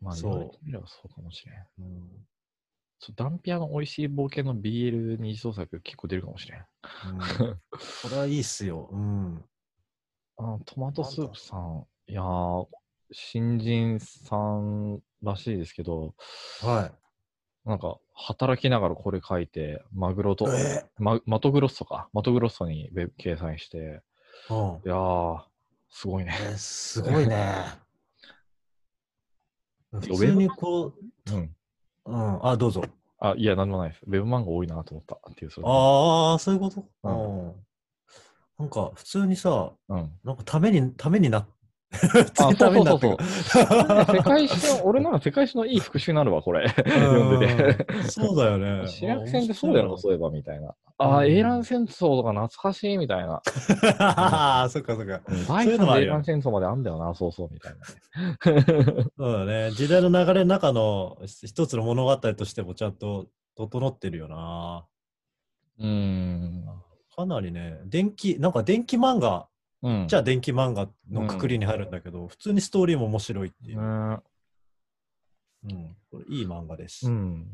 Speaker 1: まあ、
Speaker 2: そう
Speaker 1: 言われてみればそうかもしれん。
Speaker 2: うん
Speaker 1: そうダンピアの美味しい冒険の BL 二次創作結構出るかもしれん。
Speaker 2: うんこれはいいっすよ。うん。
Speaker 1: あトマトスープさん、いやー、新人さんらしいですけど、
Speaker 2: はい。
Speaker 1: なんか、働きながらこれ書いて、マグロと、
Speaker 2: え
Speaker 1: ママトグロッソか、マトグロッソにウェブ掲載して、
Speaker 2: うん
Speaker 1: いやー、すごいね。
Speaker 2: えーすごいね。普
Speaker 1: ブ
Speaker 2: 通にこ
Speaker 1: うん。
Speaker 2: う、うん、あ、どうぞ。
Speaker 1: あ、いや、なんでもないです。ウェブ漫画多いなと思ったっていう、それで。
Speaker 2: ああ、そういうこと、
Speaker 1: う
Speaker 2: うん、なんか、普通にさ、
Speaker 1: うん。
Speaker 2: なんかために、ため にな、普通
Speaker 1: あ、
Speaker 2: に
Speaker 1: そ
Speaker 2: た
Speaker 1: うそ
Speaker 2: め
Speaker 1: う
Speaker 2: に
Speaker 1: そ
Speaker 2: なっ
Speaker 1: うそ
Speaker 2: て
Speaker 1: う
Speaker 2: く。
Speaker 1: 世界史の、俺 なら世界史のいい復習になるわ、これ。読んでて。
Speaker 2: うんそうだよ ね。
Speaker 1: 主役戦ってそうだよな、
Speaker 2: あ
Speaker 1: そういえば、みたいな。あ
Speaker 2: う
Speaker 1: あ、
Speaker 2: ん
Speaker 1: エイラン戦争とか懐かしい、みたいな。
Speaker 2: あー、そっかそっか。
Speaker 1: 第
Speaker 2: いうのもあ
Speaker 1: 3
Speaker 2: る
Speaker 1: エイ
Speaker 2: よ
Speaker 1: ラン戦争まであんだよな、そうそう、みたい
Speaker 2: そうだね。時代の流れの中の一つの物語としてもちゃんと整ってるよな。
Speaker 1: な。うん。
Speaker 2: かなりね、電気、なんか電気漫画、
Speaker 1: うん。
Speaker 2: じ
Speaker 1: ゃ
Speaker 2: ゃあ電気漫画のくくりに入るんだけど、普通にストーリーも面白いっていう。
Speaker 1: あ、
Speaker 2: うん、これいい漫画です。
Speaker 1: うん。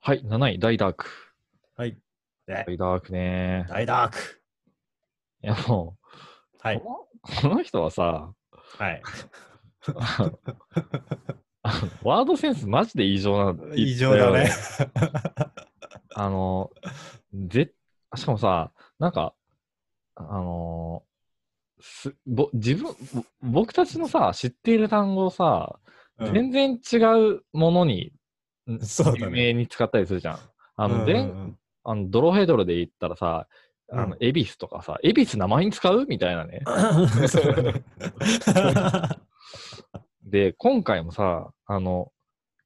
Speaker 1: はい、7位、大ダーク。
Speaker 2: はい。で
Speaker 1: 大ダークね。
Speaker 2: 大ダーク。
Speaker 1: いや、も
Speaker 2: は
Speaker 1: う、
Speaker 2: い。
Speaker 1: このこの人はさ、
Speaker 2: はい。
Speaker 1: あのワードセンスマジで異常な。
Speaker 2: 異常だね。。
Speaker 1: あの、ぜ、しかもさ、なんか、あのすぼ自分ぼ僕たちのさ、知っている単語をさ、
Speaker 2: うん
Speaker 1: 全然違うものに、ん
Speaker 2: そうだ
Speaker 1: 有
Speaker 2: ね。
Speaker 1: 名に使ったりするじゃん。あ
Speaker 2: うん
Speaker 1: の、
Speaker 2: うん
Speaker 1: で
Speaker 2: うん
Speaker 1: んあのドロヘドロで言ったらさ、あの
Speaker 2: う
Speaker 1: 恵比寿とかさ、恵比寿名前に使うみたいなね。
Speaker 2: そうだね
Speaker 1: で、今回もさ、あの、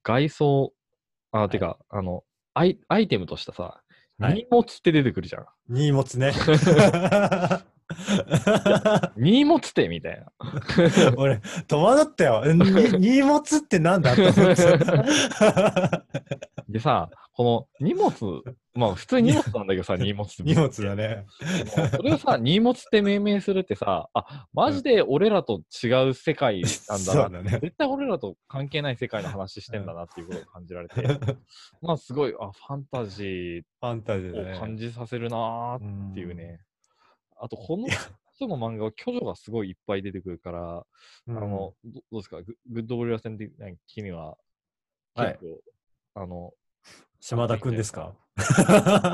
Speaker 1: 外装、あ、てか、あのアイ、アイテムとしたさ、
Speaker 2: はい
Speaker 1: 荷物って出てくるじゃ ん。
Speaker 2: 荷物ね。
Speaker 1: 荷物ってみたいな。
Speaker 2: 俺、戸惑ったよ。 えに荷物ってなんだって思ってた
Speaker 1: でさ、この荷物、まあ普通に荷物なんだけど さ、荷物って。
Speaker 2: 荷物だね。
Speaker 1: もうそれをさ、荷物って命名するってさ、あ、マジで俺らと違う世界なんだ
Speaker 2: そ
Speaker 1: な。
Speaker 2: うだね。
Speaker 1: 絶対俺らと関係ない世界の話してんだなっていうことを感じられて、まあすごい、あ、ファンタジ
Speaker 2: ファンタジー
Speaker 1: ーを
Speaker 2: だね
Speaker 1: 感。じさせるなーっていうね。あと、この人の漫画は巨女がすごいいっぱい出てくるから、
Speaker 2: うん。
Speaker 1: あの、どどうですかググッドボリュア戦的な君は、
Speaker 2: はい
Speaker 1: 結構、あ の、
Speaker 2: 島田くんですか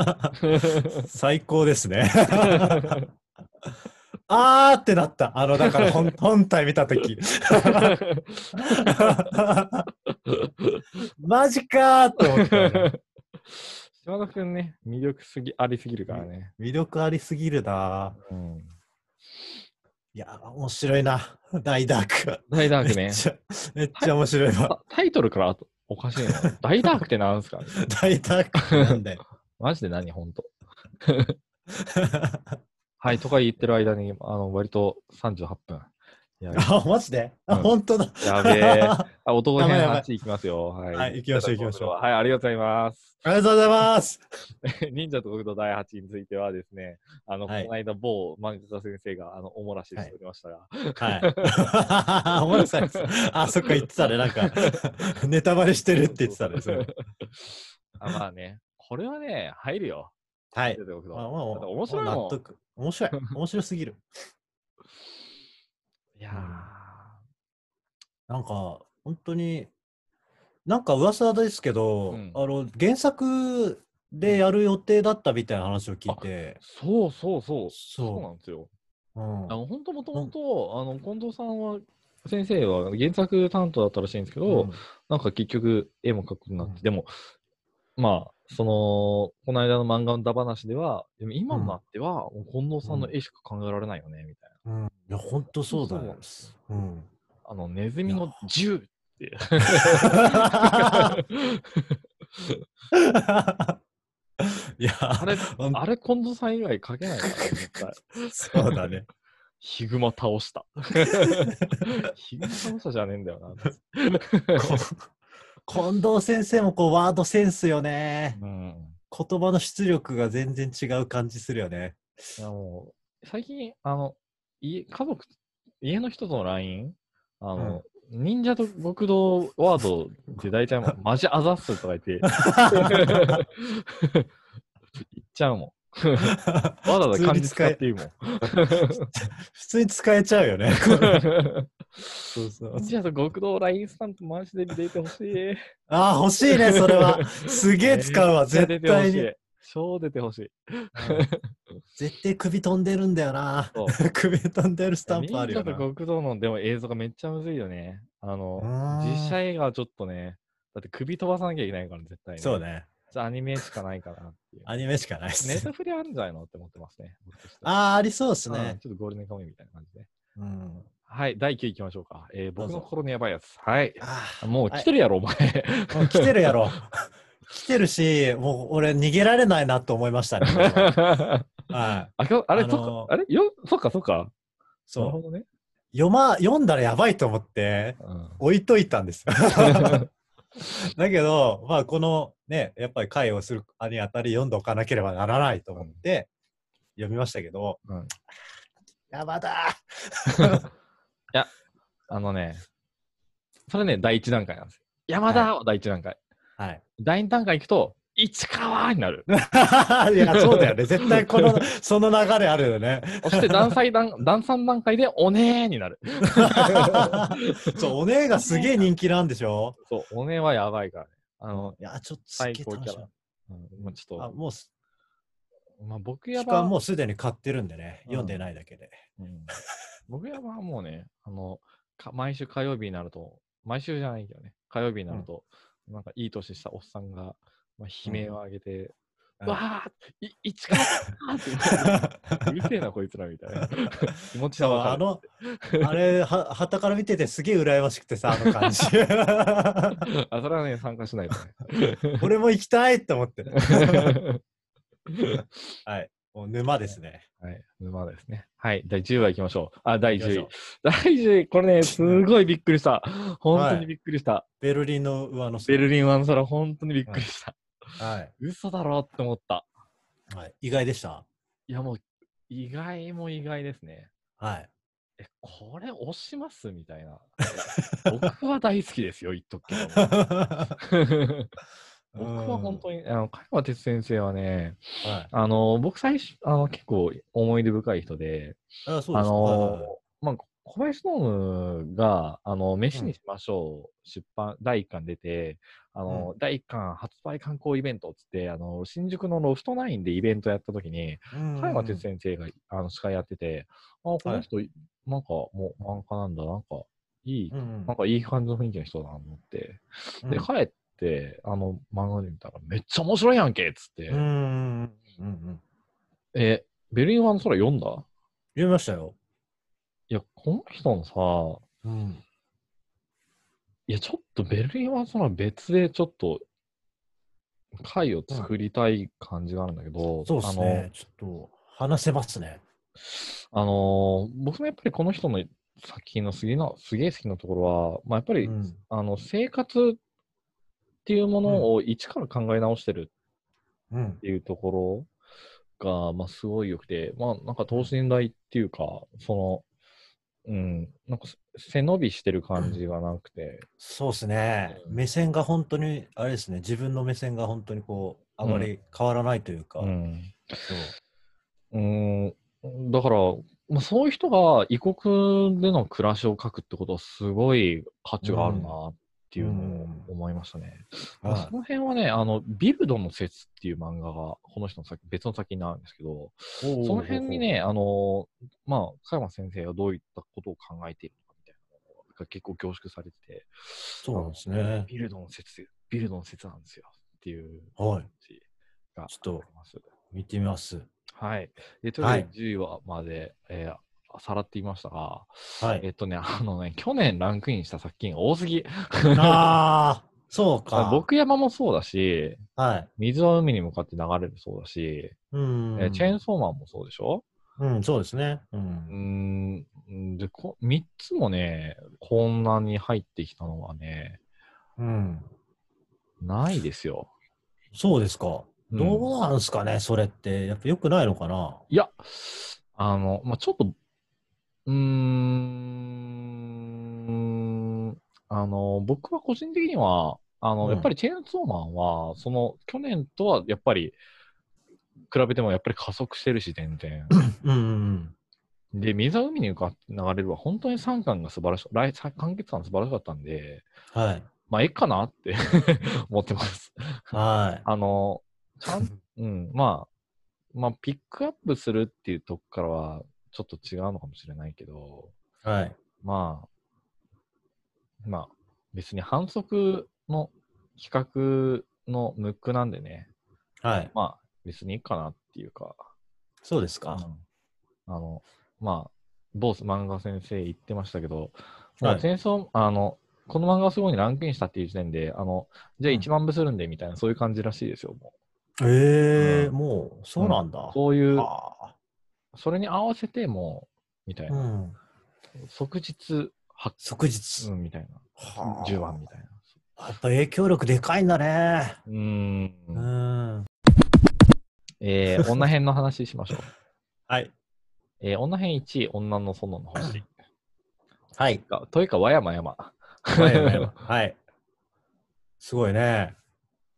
Speaker 2: 最高で すね。あーってなった。あの、だか ら本本体見たとき。マジかーって思ったよね、
Speaker 1: 島田くんね、魅力すぎ、ありすぎるからね。
Speaker 2: 魅力ありすぎるなー
Speaker 1: うん。
Speaker 2: いやー、面白いな。大ダーク。
Speaker 1: 大ダー ク
Speaker 2: めっ
Speaker 1: ね。
Speaker 2: ちゃ、めっちゃ面白いわ。
Speaker 1: あタイトルからおかしいな。大ダークってなんすか
Speaker 2: 大ダークってなんだよ。
Speaker 1: マジで何ほんと。はい、とか言ってる間に、あの、割と38分。 やべ
Speaker 2: あ、マジであ、
Speaker 1: うん
Speaker 2: 本当だ。
Speaker 1: やべえ。あ、男編
Speaker 2: やばいやばい
Speaker 1: 8いきますよ。はい。
Speaker 2: はい行きましょう行きましょう
Speaker 1: はい、ありがとうございます。
Speaker 2: ありがとうございます。
Speaker 1: 忍者と国土第8についてはですね、あの、
Speaker 2: はい
Speaker 1: この間某漫画家先生が、あの、おもらししておりましたが、
Speaker 2: はい。思い出さないです。あ、そっか、言ってたね。なんか、ネタバレしてるって言ってたね。それ
Speaker 1: あまあね、これはね、入るよ。
Speaker 2: はい。
Speaker 1: 忍者と国土
Speaker 2: まあまあ、
Speaker 1: だって面白いもん。
Speaker 2: 納得。面 白い。面白すぎる。
Speaker 1: いや
Speaker 2: なんか、本当に、なんか噂ですけど、
Speaker 1: うん
Speaker 2: あの、原作でやる予定だったみたいな話を聞いて、
Speaker 1: そうそうそう。そうな
Speaker 2: そ
Speaker 1: んですよ。
Speaker 2: う。
Speaker 1: あ
Speaker 2: うん、
Speaker 1: の本当もともと、あの近藤さんは、先生は原作担当だったらしいんですけど、
Speaker 2: うん
Speaker 1: なんか結局、絵も描くようになって、
Speaker 2: うん
Speaker 1: でも、まあ、その、この間の漫画のだ話では、でも今になっては、もう近藤さんの絵しか考えられないよね、みたいな。
Speaker 2: うん、いや、本当そうだ
Speaker 1: そうな
Speaker 2: よ
Speaker 1: んで。
Speaker 2: うん。
Speaker 1: あの、ネズミの銃って
Speaker 2: いや、
Speaker 1: あれ、
Speaker 2: ほん
Speaker 1: あれ近藤さん以外描けないから、絶対。
Speaker 2: そう だね。
Speaker 1: ヒグマ倒 した。ヒグマ倒したじゃねえんだよな。
Speaker 2: こ近藤先生もこうワードセンスよね。
Speaker 1: うん。
Speaker 2: 言葉の出力が全然違う感じするよね。
Speaker 1: いやもう、最近、あの、家、家族、家の人との LINE、あの、忍者と極道ワードで大体も う、マジあざっすとか言って、言っちゃうも ん。わざわざ漢字使って言うもん。
Speaker 2: 普通に使えちゃうよね。そうそう
Speaker 1: 忍者と極道 LINE スタンプマジで出てほしい。
Speaker 2: ああ、欲しいね、それは。す げえ使うわ、
Speaker 1: めっちゃ
Speaker 2: 絶対に。
Speaker 1: 出
Speaker 2: う
Speaker 1: てほ
Speaker 2: ん
Speaker 1: しい。超出てほしい。
Speaker 2: 絶対首飛んでるんだよな
Speaker 1: そう。
Speaker 2: 首飛んでるスタンプあるよ
Speaker 1: 忍
Speaker 2: な
Speaker 1: 者。と極道のでも映像がめっちゃむずいよね。あの、
Speaker 2: うん
Speaker 1: 実写映画はちょっとね、だって首飛ばさなきゃいけないから、絶対に、
Speaker 2: そう。ね。
Speaker 1: アニメしかないかなっていう。
Speaker 2: アニメしかないです
Speaker 1: ネ
Speaker 2: ね
Speaker 1: ッ。トフリあるんじゃないのって思ってますね。僕としては
Speaker 2: ああ、ありそうです
Speaker 1: うん
Speaker 2: ね。
Speaker 1: ちょっとゴールデンカムイみたいな感じで。
Speaker 2: うん。
Speaker 1: はい、第9位いきましょうか。えー、僕
Speaker 2: ど
Speaker 1: の
Speaker 2: うぞ
Speaker 1: 心のやばいやつ。はい。
Speaker 2: ああ、
Speaker 1: もう来てるやろ、お前。
Speaker 2: もう来てる やろ。来てるし、もう俺逃げられないなと思いました ね。はい。
Speaker 1: ああれ、
Speaker 2: あのー
Speaker 1: そっか、あれよそっか、そっか。なるほ
Speaker 2: そう。
Speaker 1: どね。
Speaker 2: 読ま、読んだらやばいと思って、
Speaker 1: うん
Speaker 2: 置いといたん ですよ。だけど、まあ、このね、やっぱり会をするにあたり読んでおかなければならないと思って、読みましたけど、
Speaker 1: うん
Speaker 2: やばだ
Speaker 1: あのね、それね、第一段階なんですよ。山田は第一段階。
Speaker 2: ーはい。
Speaker 1: 第二段階行くと、市川になる。
Speaker 2: い や、そうだよね。絶対この、その流れあるよね。
Speaker 1: そして段階 段、段三段階で、おねーになる。
Speaker 2: そう、お姉がすげえ人気なんでしょ
Speaker 1: そう、おねーはやばいからね。あの、
Speaker 2: いや、ちょっとすげえ
Speaker 1: 最高
Speaker 2: 楽し
Speaker 1: キャラうんもうち
Speaker 2: み。
Speaker 1: ょ
Speaker 2: あ、
Speaker 1: っ
Speaker 2: もうす、
Speaker 1: と、まあ、僕や
Speaker 2: 期
Speaker 1: ば、
Speaker 2: 間もうすでに買ってるんでね。
Speaker 1: うん
Speaker 2: 読んでないだけ で。
Speaker 1: うん僕やばはもうね、あの、か毎週火曜日になると、毎週じゃないけどね、火曜日になると、なんかいい年したおっさんが、まあ、悲鳴を上げて、
Speaker 2: うん
Speaker 1: わあ、い市川って言って うるせえな、こいつらみたい な。気持ち
Speaker 2: そう
Speaker 1: はわ
Speaker 2: あ
Speaker 1: かる
Speaker 2: の、あれ、は、はたから見ててすげえ羨ましくてさ、あの 感じ。
Speaker 1: あ、それはね、参加しないと ね。
Speaker 2: 俺も行きたいって 思って。
Speaker 1: は
Speaker 2: はい。もう沼ですね。
Speaker 1: い、沼ですね。はい、第10話いきましょう。あ、第10位
Speaker 2: 行きましょう。
Speaker 1: 第10位、これね、すごいびっくり した。本当にびっくりした。
Speaker 2: ベルリンの上の
Speaker 1: ベルリンワンサラ、本当にびっくりした。
Speaker 2: は
Speaker 1: 嘘だろって思った。
Speaker 2: い。はい。意外でした。
Speaker 1: いや、もう、意外も意外ですね。
Speaker 2: はい。
Speaker 1: え、これ押しますみたい な。僕は大好きですよ、言っとくけど。 僕は本当に、あの、加山哲先生はね、
Speaker 2: に。はい。
Speaker 1: あの、僕最初、あの、結構思い出深い人で、
Speaker 2: あ、そう
Speaker 1: あ
Speaker 2: ですか。
Speaker 1: のまあ、小林トームが、あの、飯にしましょう、出版、第1巻出て、あの、第1巻発売観光イベントっつって、あの、新宿のロフトナインでイベントやった時に、
Speaker 2: うん
Speaker 1: 加山哲先生が、あの、司会やってて、あ、この人、なんか、もう漫画なんだ、なんか、いい、
Speaker 2: うん
Speaker 1: なんかいい感じの雰囲気の人だなと思って、
Speaker 2: うん
Speaker 1: で、帰って、あの、漫画で見たら、めっちゃ面白いやんけっつって、
Speaker 2: うんうんうんうん。
Speaker 1: え、ベルリンワンの空読んだ
Speaker 2: 読みましたよ。
Speaker 1: いや、この人のさ、
Speaker 2: うん。
Speaker 1: いや、ちょっとベルリンはその別でちょっと回を作りたい感じがあるんだけど、
Speaker 2: そうですね。ちょっと、話せますね。
Speaker 1: あの、あのー僕もやっぱりこの人の作品のすげえなすげえ好きなところは、まあ、やっぱり、
Speaker 2: うん
Speaker 1: あの生活っていうものを一から考え直してる
Speaker 2: うん
Speaker 1: っ。ていうところが、まあ、すごい良くて、まあ、なんか等身大っていうか、その、うん、なんか背伸びしてる感じがなくて、
Speaker 2: そうですね。
Speaker 1: うん
Speaker 2: 目線が本当に、あれですね。自分の目線が本当にこう、あまり変わらないというか。
Speaker 1: うん
Speaker 2: そう
Speaker 1: うーん、だから、まあ、そういう人が異国での暮らしを書くってことはすごい価値があるなっっていうのを思いましたね。
Speaker 2: うんはい
Speaker 1: その辺はね、あの、ビルドの説っていう漫画が、この人の先別の先になるんですけど、
Speaker 2: そ
Speaker 1: その辺に、ね、あの、まあ、加山先生がどういったことを考えているのかみたいなのが結構凝縮されてて、
Speaker 2: そうなんですね
Speaker 1: ビルドの説、ビルドの説なんですよっていう
Speaker 2: は
Speaker 1: 話
Speaker 2: い、
Speaker 1: があ
Speaker 2: ちょっと
Speaker 1: ります。
Speaker 2: 見てみます。
Speaker 1: はい。で、とりあえ
Speaker 2: は
Speaker 1: ず10話まで、えーさらっていましたが、
Speaker 2: はい
Speaker 1: えっとね、 あのね、去年ランクインした作品が多すぎ。
Speaker 2: ああ、そうか。
Speaker 1: 僕山もそうだし、
Speaker 2: はい。
Speaker 1: 水は海に向かって流れるそうだし、
Speaker 2: うん。
Speaker 1: えーチェーンソーマンもそうでしょ
Speaker 2: うん、そうですね。う。
Speaker 1: うんん、で、こ3つもね、こんなに入ってきたのはね、
Speaker 2: うん。
Speaker 1: ないですよ。
Speaker 2: そうですか。
Speaker 1: うん
Speaker 2: どうなんすかね、それって。やっぱ良くないのかない
Speaker 1: や、あの、まあ、ちょっと、うーん、あの、僕は個人的には、あの、
Speaker 2: うん
Speaker 1: やっぱりチェーンソーマンは、その、去年とはやっぱり、比べてもやっぱり加速してるし、全 然。
Speaker 2: うんうん
Speaker 1: で、水は海に向かって流れるは、本当に3巻が素晴らしい、来完結感素晴らしかったんで、
Speaker 2: うん。はい。
Speaker 1: まあ、ええかなって 思ってます。
Speaker 2: はい。
Speaker 1: あの、ちゃんうん、まあ、まあ、ピックアップするっていうとこからは、ちょっと違うのかもしれないけど、
Speaker 2: はい。
Speaker 1: まあ、まあ、別に反則の企画のムックなんでね、
Speaker 2: はい。
Speaker 1: まあ、別にいいかなっていうか、
Speaker 2: そうです
Speaker 1: う
Speaker 2: か。
Speaker 1: んあの、まあ、某漫画先生言ってましたけど、も
Speaker 2: は
Speaker 1: う
Speaker 2: い。
Speaker 1: 戦争、あの、この漫画すごいにランクインしたっていう時点で、あの、じゃあ
Speaker 2: うん
Speaker 1: 1万部するんでみたいな、そういう感じらしいですよ、も
Speaker 2: ええ
Speaker 1: う
Speaker 2: ー、もう、そうなんだ
Speaker 1: う。。そういう、
Speaker 2: あ
Speaker 1: それに合わせてもう、みたい
Speaker 2: ーう
Speaker 1: な。
Speaker 2: ん。
Speaker 1: 即日発
Speaker 2: 即日。
Speaker 1: うん、みたいな。
Speaker 2: はあ
Speaker 1: 10番みたいな。
Speaker 2: やっぱ影響力でかいんだね。
Speaker 1: うー。
Speaker 2: うんん。
Speaker 1: えー、 女編の話しましょう。
Speaker 2: はい。
Speaker 1: えー、女編1位、女の園の星。
Speaker 2: はい。
Speaker 1: がというか、和山山。
Speaker 2: はい。すごいね。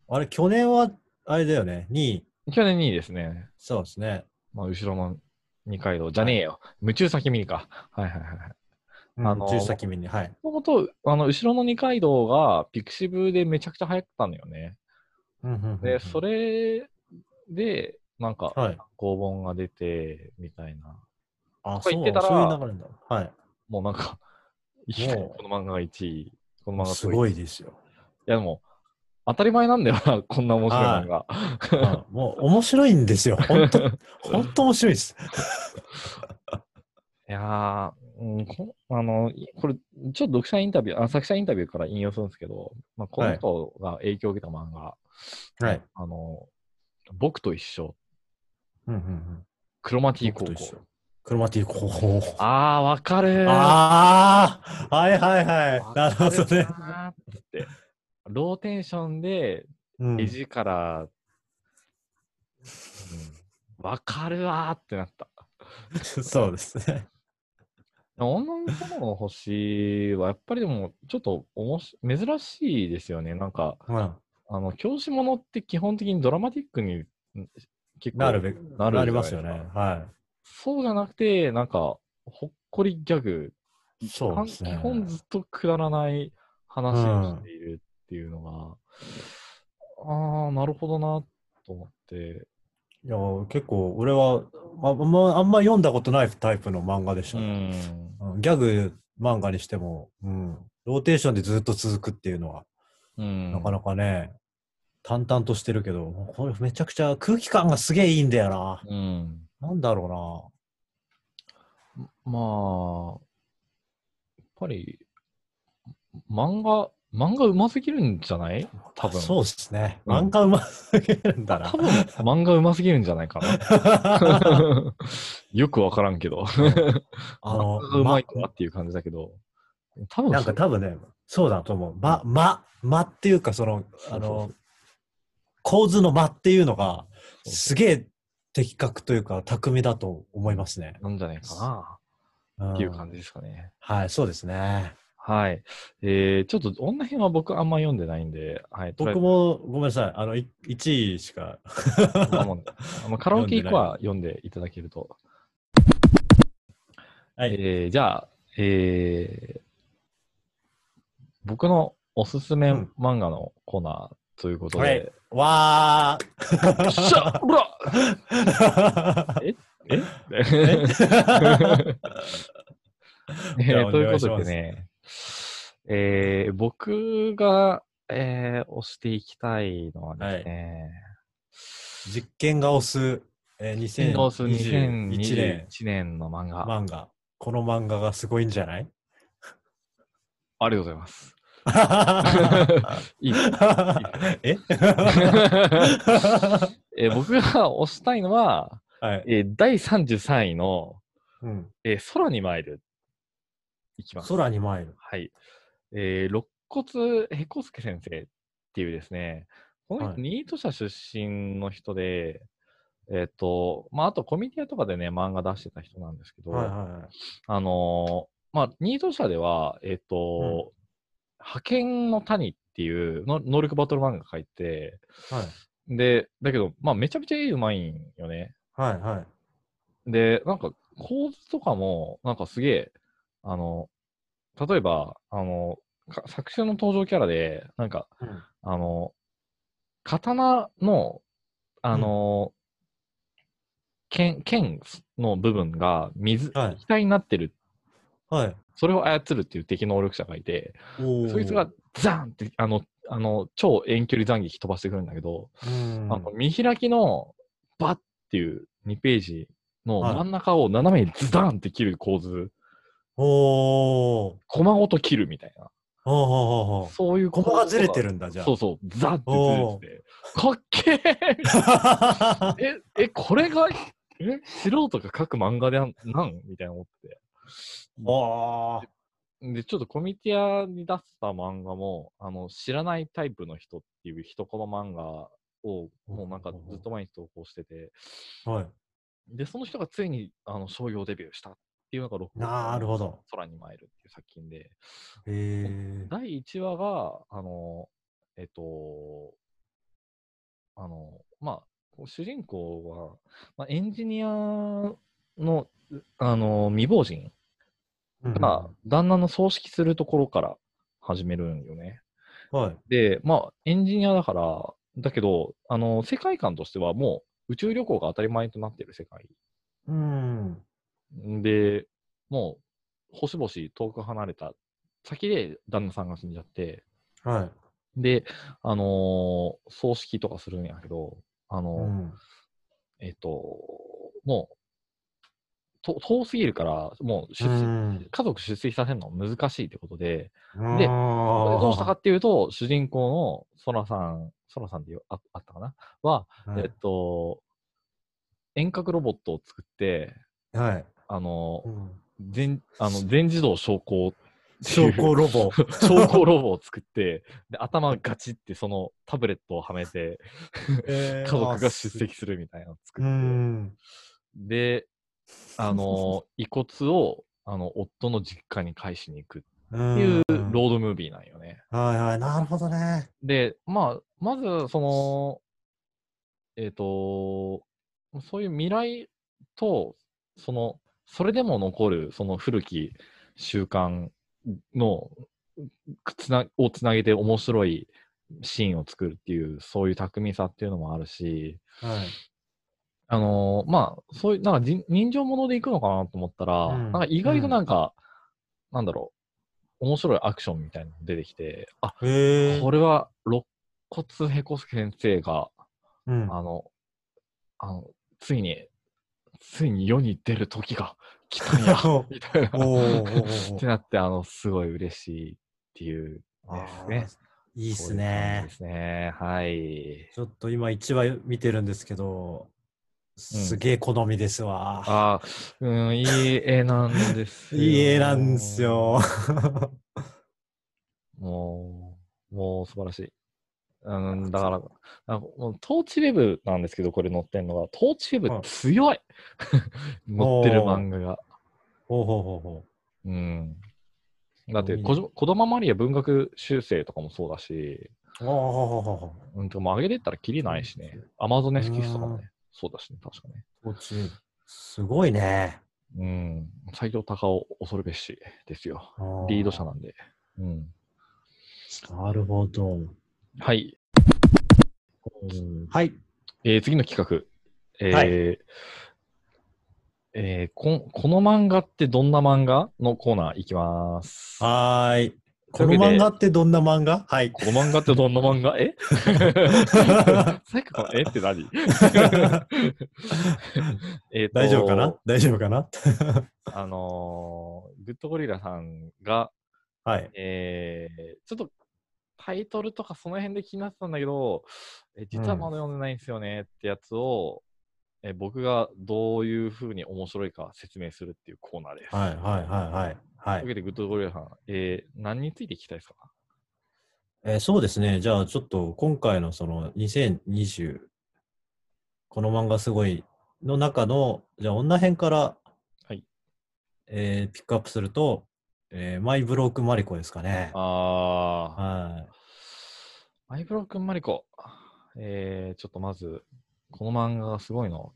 Speaker 2: あれ、去年は、あれだよね。2位。
Speaker 1: 去年2位ですね。
Speaker 2: そうですね。
Speaker 1: まあ、後ろの二階堂。じゃねえよ。夢中先見か。はいはいはいはい。あ
Speaker 2: あ
Speaker 1: の
Speaker 2: の
Speaker 1: ー
Speaker 2: 中先見に。はい。
Speaker 1: もともと、あの、後ろの二階堂が、ピクシブでめちゃくちゃ流行ったのよね。で、そ
Speaker 2: れ、
Speaker 1: れで、なんか、
Speaker 2: はい。
Speaker 1: 公文が出て、みたいな。
Speaker 2: あ、
Speaker 1: こ
Speaker 2: そう
Speaker 1: 行ってたら
Speaker 2: そういう流れなんだ。はい。
Speaker 1: もうなんか、いきなり
Speaker 2: もう
Speaker 1: この漫画が1位、この漫画
Speaker 2: す
Speaker 1: トップ
Speaker 2: ごいですよ。
Speaker 1: いやでも、当たり前なんだよな、 こんな面白い漫画。
Speaker 2: あもう、面白いん ですよ。本当本当面白いです。
Speaker 1: いやー、うんこ、あの、いこれ、ちょっと読者インタビュー、あ作者インタビューから引用するんですけど、まあ、この人が影響を受けた漫画、
Speaker 2: はい。
Speaker 1: あの、僕と一緒、
Speaker 2: うんうんうん。
Speaker 1: クロマティ
Speaker 2: 僕
Speaker 1: 高
Speaker 2: と一緒
Speaker 1: 校。。
Speaker 2: クロマティ高校。
Speaker 1: あー、わかるー。
Speaker 2: ああはいはいは
Speaker 1: わ
Speaker 2: い。な
Speaker 1: か
Speaker 2: るほどね。
Speaker 1: なーって。ローテンションで、
Speaker 2: うん
Speaker 1: 絵力、うんわ、かるわーってなった。
Speaker 2: そうですね。
Speaker 1: 女の子の星はやっぱりでもちょっとおもし珍しいですよね。なんか、
Speaker 2: うん
Speaker 1: あの、教師ものって基本的にドラマティックにん結構
Speaker 2: なるべく、
Speaker 1: なる
Speaker 2: なりますよ
Speaker 1: じゃない
Speaker 2: ね
Speaker 1: です。
Speaker 2: は
Speaker 1: そうじゃなくて、なんか、ほっこりギャグ、
Speaker 2: い。そうです
Speaker 1: 基
Speaker 2: ね。
Speaker 1: 本ずっとくだらない話をしているっていうのが、ああ、なるほどなと思って、
Speaker 2: いや、結構、俺は、まあまあ、あんま読んだことないタイプの漫画でした
Speaker 1: う
Speaker 2: ね。
Speaker 1: ん。
Speaker 2: うんギャグ漫画にしても、うん、ローテーションでずっと続くっていうのは、
Speaker 1: うん、
Speaker 2: なかなかね、淡々としてるけど、これめちゃくちゃ空気感がすげえいいんだよ
Speaker 1: うん。
Speaker 2: な。なんだろ
Speaker 1: まあ、やっぱり、漫画、漫画うますぎるんじゃないう
Speaker 2: な。
Speaker 1: 多分
Speaker 2: そうですね。
Speaker 1: うん
Speaker 2: 漫画うますぎるんだな
Speaker 1: 多。分、漫画うますぎるんじゃないか な。よくわからんけど。
Speaker 2: あの、
Speaker 1: 漫画うまいかなっていう感じだけど、多分
Speaker 2: なんか多分ね、そうだと思う。ま、ま、まっていうか、その、
Speaker 1: そうそう
Speaker 2: あ
Speaker 1: そう
Speaker 2: の、構図の間っていうのが、
Speaker 1: そう
Speaker 2: すげえ的確というか、巧みだと思いますね。
Speaker 1: なんじゃないかな
Speaker 2: っ
Speaker 1: っていう感じですかね。
Speaker 2: はい、そうですね。
Speaker 1: はい。えー、ちょっと、女編は僕あんま読んでないんで、はい。とりあえ
Speaker 2: 僕
Speaker 1: ず
Speaker 2: も、ごめんなさい。あの、い1位しか。
Speaker 1: そんなもんであのカラオケ行くは読んでいただけると。
Speaker 2: はい。
Speaker 1: えーじゃあ、えー僕のおすすめ
Speaker 2: うん
Speaker 1: 漫画のコーナーということ
Speaker 2: は
Speaker 1: で
Speaker 2: い。わ
Speaker 1: よっしゃほら
Speaker 2: ー
Speaker 1: え え
Speaker 2: じゃあ
Speaker 1: ーということ
Speaker 2: お願いしま
Speaker 1: ですね、えー僕が、えー推していきたいのはですね、
Speaker 2: 実験が推す、えー、
Speaker 1: ドース
Speaker 2: 2021
Speaker 1: 2021
Speaker 2: 年
Speaker 1: 年の漫画、
Speaker 2: 漫画。この漫画がすごいんじゃない
Speaker 1: ありがとうございます。 いい
Speaker 2: え
Speaker 1: えー僕が推したいのは、
Speaker 2: はい。
Speaker 1: えー第33位の、
Speaker 2: うん、
Speaker 1: えー空に参る。いきます。
Speaker 2: 空に参る。
Speaker 1: はい。えー、肋骨へこすけ先生っていうですね、この人、
Speaker 2: はい
Speaker 1: ニート社出身の人で、えっ、と、まあ、あとコミティアとかでね、漫画出してた人なんですけど、
Speaker 2: はいは
Speaker 1: あのーまあ、ニート社では、えっ、と、派遣の谷っていうの能力バトル漫画書いて、
Speaker 2: いはい。
Speaker 1: で、だけど、まあ、めちゃめちゃ絵うまいんよね。
Speaker 2: はいはいはい。
Speaker 1: で、なんか構図とかも、なんかすげえ、あの、例えば、あの、か作中の登場キャラで、なんか、
Speaker 2: うん
Speaker 1: あの、刀の、あの、剣、剣の部分が水、
Speaker 2: はい
Speaker 1: 液体になってる。
Speaker 2: はい。
Speaker 1: それを操るっていう敵能力者がいて、
Speaker 2: おー
Speaker 1: そいつが、ザーンって、あの、あの、超遠距離斬撃飛ばしてくるんだけど、
Speaker 2: うん
Speaker 1: あの見開きのバッっていう2ページの
Speaker 2: はい
Speaker 1: 真ん中を斜めにズダンって切る構図、
Speaker 2: おー。
Speaker 1: コマごと切るみたいな、
Speaker 2: ほうほうほうほう。
Speaker 1: そういう
Speaker 2: ここがずれて
Speaker 1: る
Speaker 2: るんだ、じゃあ。
Speaker 1: そうそう、ザってずれてて、かっけええ、え、これが、え、素人が描く漫画であんなんみたいな思って
Speaker 2: おー。
Speaker 1: て。で、ちょっとコミティアに出した漫画も、あの、知らないタイプの人っていう一コマ漫画を、もうなんかずっと毎日投稿してて、
Speaker 2: はい。
Speaker 1: で、その人がついにあの商業デビューしたっていうのが6
Speaker 2: なるほど。
Speaker 1: 空に舞えるっていう作品で、
Speaker 2: へえ。
Speaker 1: 第1話が、あの、えっと、あの、まあ、主人公は、まあ、エンジニアの、あの、未亡人が
Speaker 2: う
Speaker 1: 旦那の葬式するところから始めるんよね。
Speaker 2: んはい。
Speaker 1: で、まあ、エンジニアだから、だけど、あの、世界観としてはもう宇宙旅行が当たり前となっている世界
Speaker 2: うん。
Speaker 1: で、もう、星々遠く離れた先で旦那さんが死んじゃって、
Speaker 2: はい。
Speaker 1: で、あのー葬式とかするんやけど、あのー
Speaker 2: うん。
Speaker 1: えっ、と、もう、と遠すぎるから、もう出席、
Speaker 2: うん
Speaker 1: 家族出席させるの難しいってことで、でこれ
Speaker 2: ど
Speaker 1: どうしたかっていうと、主人公のソラさん、ソラさんでよああったかなは、えっと、遠隔ロボットを作って、
Speaker 2: はい。
Speaker 1: あのー
Speaker 2: うん
Speaker 1: 全あの全自動昇降ってい
Speaker 2: 証
Speaker 1: う
Speaker 2: 拠ロ ボ。
Speaker 1: 昇降ロボを作ってで頭ガチってそのタブレットをはめて
Speaker 2: 家
Speaker 1: 家族が出。席するみたいなのを作
Speaker 2: う
Speaker 1: って、
Speaker 2: ん。
Speaker 1: であの遺骨をあの夫の実家に返しに行く
Speaker 2: うん。
Speaker 1: っていうロードムービーなんよね。
Speaker 2: はいはい。なるほどね。
Speaker 1: で、まあ、まずそのえっ、とそういう未来とそのそれでも残るその古き習慣のくつなをつなげて面白いシーンを作るっていうそういう巧みさっていうのもあるし
Speaker 2: はい。
Speaker 1: あのーまあそういうなんか人人情ものでいくのかなと思ったら、
Speaker 2: うん
Speaker 1: なんか意外と
Speaker 2: うん
Speaker 1: なんか、なんだろう面白いアクションみたいなの出てきてあ
Speaker 2: へえ。
Speaker 1: これは肋骨へこすけ先生が
Speaker 2: うん、
Speaker 1: あの、あの、ついに、ついに世に出る時が来たんや
Speaker 2: お
Speaker 1: みたいな。
Speaker 2: おーおーおー
Speaker 1: っ
Speaker 2: お
Speaker 1: て
Speaker 2: ー
Speaker 1: なって、あの、すごい嬉しいっていうです
Speaker 2: あ
Speaker 1: ね
Speaker 2: ー。いいっ
Speaker 1: そ
Speaker 2: す
Speaker 1: ういう感じ
Speaker 2: ね
Speaker 1: で。すね。はい。
Speaker 2: ちょっと今1話見てるんですけど、すげえ好みですわ。
Speaker 1: あーうん、いい絵なんですよ。
Speaker 2: いい絵なんですよ。。
Speaker 1: もう、もう素晴らしい。うん、だから、あもうトーチウェブなんですけど、これ載ってんのが、トーチウェ
Speaker 2: はい
Speaker 1: ブ強い 載ってる漫画が。
Speaker 2: ほうほうほうほ
Speaker 1: うん。だって
Speaker 2: すご
Speaker 1: こ
Speaker 2: いね
Speaker 1: じ、子供マリア文学修正とかもそうだし、
Speaker 2: う。ほうほうほうほうほ
Speaker 1: うん、とかもう上げてったらキリないしね。アマゾネスキスとかもね、そうだしね、確かね。
Speaker 2: う。こっちすごいね。
Speaker 1: うん。斎藤隆夫恐るべしですよ。リード者なんで。うん。
Speaker 2: なるほど。
Speaker 1: はい。
Speaker 2: うんはい。
Speaker 1: えー次の企画。えー
Speaker 2: はい
Speaker 1: えーこんこの漫画ってどんな漫画のコーナーいきます。
Speaker 2: はーい。
Speaker 1: とい
Speaker 2: こ
Speaker 1: うわけで
Speaker 2: の漫画ってどんな漫画はい。
Speaker 1: この漫画ってどんな漫画 え最後のえって何えーと
Speaker 2: 大丈夫かな大丈夫かな
Speaker 1: あのーグッドゴリラさんが、
Speaker 2: はい。
Speaker 1: えーちょっとタイトルとかその辺で気になってたんだけど、え実はまだ読んでないんですよねってやつを、え僕がどういうふうに面白いか説明するっていうコーナーです。
Speaker 2: はいはいはいは
Speaker 1: とい
Speaker 2: い。は
Speaker 1: うわ
Speaker 2: い
Speaker 1: けで、グッドゴリラさん、えー何について聞きたいですか
Speaker 2: えーそうですね。じゃあちょっと今回のその2020、この漫画すごいの中の、じゃあ女編から、
Speaker 1: はい
Speaker 2: えーピックアップすると、えーマイブロークマリコですかね。
Speaker 1: あー、
Speaker 2: は
Speaker 1: マイブロックンマリコ。えーちょっとまず、この漫画がすごいの、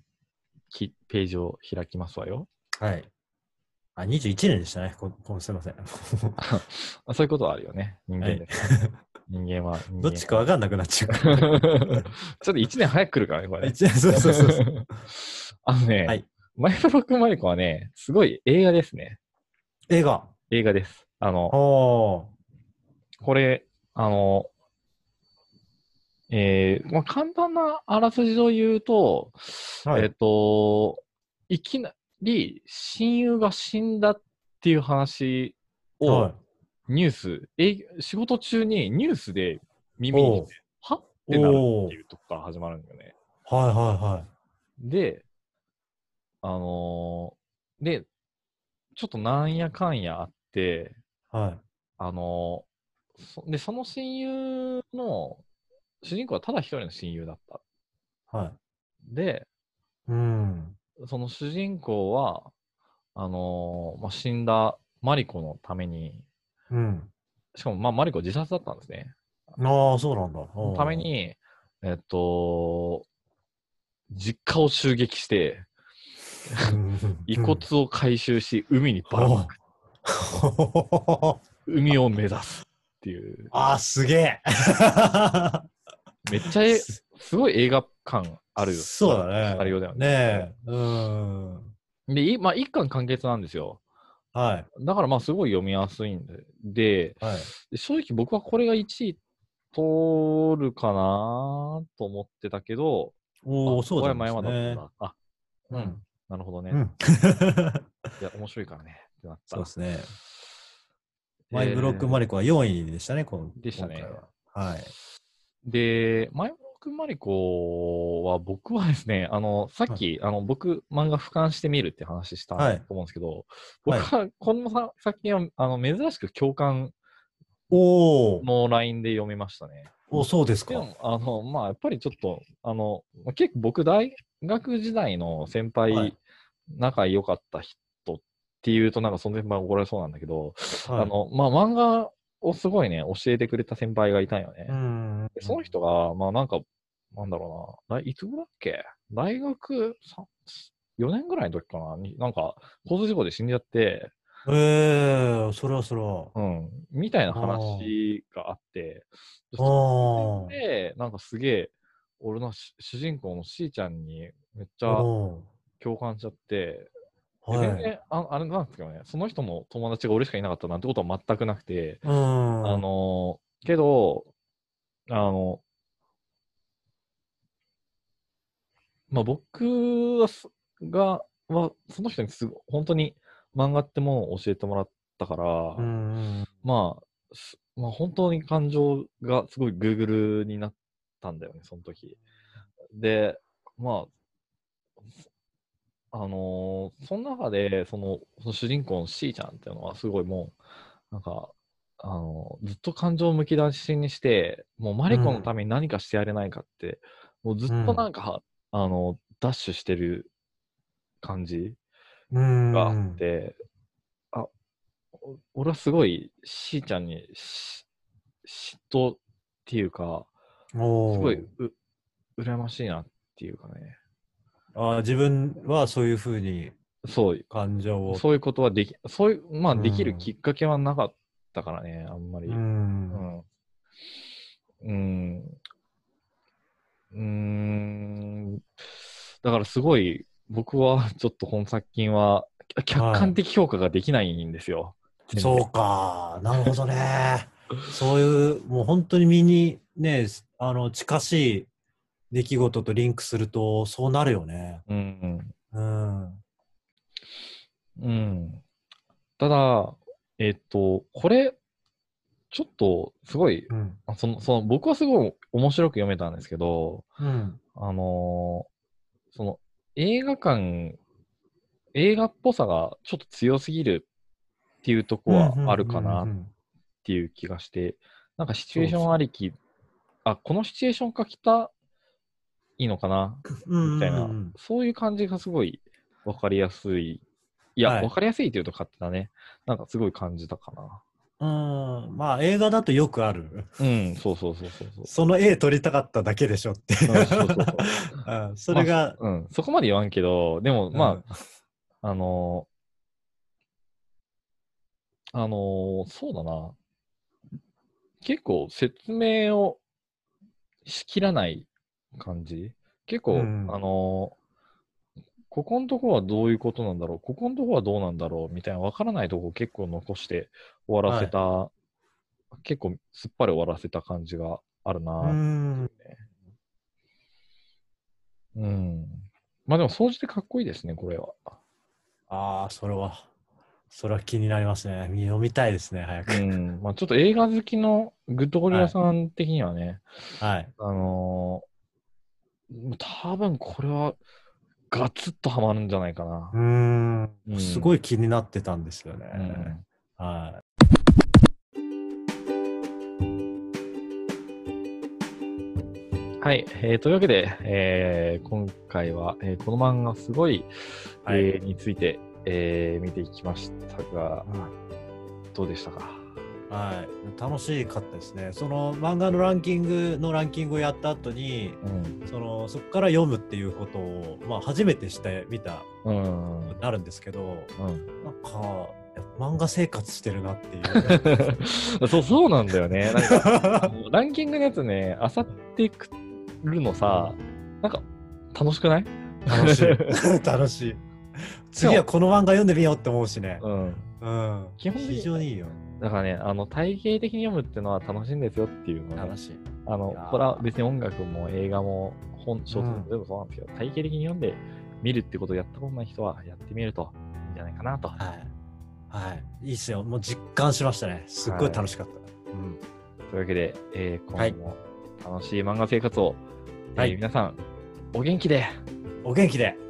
Speaker 1: きページを開きますわよ。
Speaker 2: い。はい。あ、21年でしたね。ここすいません。
Speaker 1: あそういうことはあるよね。人間です人間は人間。
Speaker 2: どっちかわかんなくなっちゃう。
Speaker 1: ちょ っと1年早く来るからね、これね。
Speaker 2: 一年 そうそうそ うそう。
Speaker 1: あのね、
Speaker 2: はい
Speaker 1: マイブロックンマリコはね、すごい映画ですね。
Speaker 2: 映画。
Speaker 1: 映画です。あの、
Speaker 2: お
Speaker 1: これ、あの、えーまあ、簡単なあらすじを言うと、
Speaker 2: はい
Speaker 1: えっ、と、いきなり親友が死んだっていう話
Speaker 2: ー。
Speaker 1: を
Speaker 2: い。
Speaker 1: ニュース、営業仕事中にニュースで耳にして、はってなる
Speaker 2: おー
Speaker 1: っていうとこから始まるんだよね。
Speaker 2: はいはいは
Speaker 1: で、あのーで、ちょっとなんやかんやあって、
Speaker 2: い。はい。
Speaker 1: あのそで、その親友の、主人公はただ一人の親友だった。
Speaker 2: はい。
Speaker 1: で、
Speaker 2: うん。
Speaker 1: その主人公は、あのまあ、死んだマリコのために、
Speaker 2: うん。
Speaker 1: しかも、まあ、マリコ自殺だったんですね。
Speaker 2: ああ、そうなんだ。
Speaker 1: そ
Speaker 2: お
Speaker 1: の
Speaker 2: ー
Speaker 1: ため。に、えっと、実家を襲撃して、
Speaker 2: うん
Speaker 1: 遺骨を回収し、海にばらまく、海を目指すっていう、
Speaker 2: ああ、すげえ。
Speaker 1: めっちゃえすごい映画感あるよ。
Speaker 2: そうだ
Speaker 1: ある
Speaker 2: ね。
Speaker 1: ようだよね。
Speaker 2: ねえ。うん。
Speaker 1: で、いまあ、一巻完結なんですよ。
Speaker 2: はい。
Speaker 1: だからまあすごい読みやすいんで。で、
Speaker 2: はい。
Speaker 1: 正直僕はこれが1位通るかなと思ってたけど、
Speaker 2: おお、
Speaker 1: あ
Speaker 2: そう
Speaker 1: こ
Speaker 2: だ
Speaker 1: れは
Speaker 2: ね。
Speaker 1: 前はだったんだ。あ、う
Speaker 2: うんん。、
Speaker 1: なるほどね。
Speaker 2: うん。
Speaker 1: いや、面白いからね。ってなった。
Speaker 2: そうですね。
Speaker 1: えー
Speaker 2: マイブロックマリコは4位でしたね、この。
Speaker 1: でしたね
Speaker 2: 今回は。はい。
Speaker 1: で、マイブロックマリコは僕はですね、あ の、さっき、あの、僕、漫画俯瞰してみるって話した
Speaker 2: はい
Speaker 1: と思うんですけど、
Speaker 2: は
Speaker 1: 僕
Speaker 2: い
Speaker 1: はこのさ作品は、あの、珍しく共感
Speaker 2: おー
Speaker 1: のラインで読みましたね。
Speaker 2: お、そうですか
Speaker 1: で。も、あの、まあ、やっぱりちょっと、あの、結構僕、大学時代の先輩、
Speaker 2: はい
Speaker 1: 仲良かった人っていうと、なんかその先輩怒られそうなんだけど、
Speaker 2: はい
Speaker 1: あの、まあ、漫画をすごいね、教えてくれた先輩がいたんよね。
Speaker 2: うん。
Speaker 1: でその人が、まあ、なんか、なんだろうな、だいいつぐらいだっけ大学4年ぐらいの時かなに、なんか、交通事故で死んじゃって、
Speaker 2: ええ、それはそれは。
Speaker 1: うん、みたいな話があって、で
Speaker 2: あー
Speaker 1: その点で、なんかすげえ、俺のし主人公のしーちゃんにめっちゃ
Speaker 2: お
Speaker 1: 共感しちゃって、
Speaker 2: ー
Speaker 1: で全
Speaker 2: はい。
Speaker 1: 然あ、あれなんですけどね、その人も友達が俺しかいなかったなんてことは全くなくて、
Speaker 2: うん。
Speaker 1: あのー、けど、あの、まあ、僕はす、が、は、その人にすご本当に漫画ってものを教えてもらったから、
Speaker 2: うんうん
Speaker 1: まあ、すまあ、本当に感情がすごい Google になったんだよね、その時。で、まあ、あのーその中でその、その主人公の C ちゃんっていうのはすごいもう、なんか、あのーずっと感情をむき出しにして、もうマリコのために何かしてやれないかって、もうずっとなんか、あのーダッシュしてる感じ。
Speaker 2: うん。
Speaker 1: があって、あお俺はすごいしーちゃんにし嫉妬っていうか
Speaker 2: おー
Speaker 1: すごいう羨ましいなっていうかね
Speaker 2: あー自分はそういうふうに
Speaker 1: そう
Speaker 2: 感情を。
Speaker 1: そういうことはできそういうまあ
Speaker 2: うん
Speaker 1: できるきっかけはなかったからねあんまり、
Speaker 2: うん
Speaker 1: うんうん。うーん。だからすごい、僕はちょっと本作品は客観的評価ができないんですよ。
Speaker 2: そうか、なるほどね。そういう、もう本当に身にね、あの、近しい出来事とリンクすると、そうなるよね。
Speaker 1: うん。
Speaker 2: うん。
Speaker 1: うん。ただ、えっと、これ、ちょっと、すごい、
Speaker 2: うん。
Speaker 1: あその、その、僕はすごい面白く読めたんですけど、
Speaker 2: うん。
Speaker 1: あのーその、映画館、映画っぽさがちょっと強すぎるっていうとこはあるかな
Speaker 2: う
Speaker 1: っ
Speaker 2: んうんうん
Speaker 1: っていう気がして、なんかシチュエーションありき、あ、このシチュエーション書きたいのかな
Speaker 2: うん。
Speaker 1: みたいな、
Speaker 2: うんうんうん
Speaker 1: そういう感じがすごい分かりやすい。いや、
Speaker 2: はい
Speaker 1: 分かりやすいっていうと勝手だね。なんかすごい感じたかな。
Speaker 2: うん。まあ、映画だとよくある。
Speaker 1: うん、そうそうそうそう そう。
Speaker 2: その絵撮りたかっただけでしょっていう。
Speaker 1: うんそうそうそう
Speaker 2: うんそれが、
Speaker 1: うん、そこまで言わんけど、でも、まあ、あのーあのーそうだな。結構説明をしきらない感じ結構、
Speaker 2: うん
Speaker 1: あのーここのとこはどういうことなんだろうここのとこはどうなんだろうみたいな、わからないとこ結構残して終わらせた、結構すっぱり終わらせた感じがあるな。
Speaker 2: うん。
Speaker 1: うん。まあでも、総じてかっこいいですね、これは。
Speaker 2: ああ、それは、それは気になりますね。読みたいですね、早
Speaker 1: う
Speaker 2: く。
Speaker 1: ん、まあちょっと映画好きのグッドゴリラさん的にはね、
Speaker 2: はい。
Speaker 1: あのー多分これはガツッとハマるんじゃないかな
Speaker 2: う。ん
Speaker 1: う。ん
Speaker 2: すごい気になってたんですよね。
Speaker 1: うん
Speaker 2: はい。
Speaker 1: はい、えーというわけで、えー今回は、えーこの漫画すごい、
Speaker 2: はい
Speaker 1: えーについて、えー見ていきましたが、どうでしたか
Speaker 2: はい、楽しかったですね。その漫画のランキングのランキングをやった後に、
Speaker 1: うん。
Speaker 2: そのそこから読むっていうことをまあ初めてしてみた
Speaker 1: うん。
Speaker 2: なるんですけど、
Speaker 1: うん、
Speaker 2: なんかやっぱ漫画生活してるなっていう。
Speaker 1: そうそうなんだよね。なんかランキングのやつね、あさってくるのさ、なんか楽しくない
Speaker 2: 楽し い、楽しい。次はこの漫画読んでみようって思うしね。
Speaker 1: うん。
Speaker 2: うん、
Speaker 1: 基本的に
Speaker 2: 非常にいいよ。
Speaker 1: だからね、あの体系的に読むってのは楽しいんですよっていうのね、
Speaker 2: しい。
Speaker 1: あの
Speaker 2: いやー
Speaker 1: これは別に音楽も映画も本小説も全部そうなんですけど、体系的に読んで見るってことをやったことない人はやってみるといいんじゃないかなと。
Speaker 2: はい。はい。いいっすよ。もう実感しましたね。すっごい楽しかった。うん。
Speaker 1: というわけで、えー
Speaker 2: は
Speaker 1: 今後
Speaker 2: い
Speaker 1: も楽しい漫画生活を、えー
Speaker 2: はい
Speaker 1: 皆さんお元気で
Speaker 2: お元気で。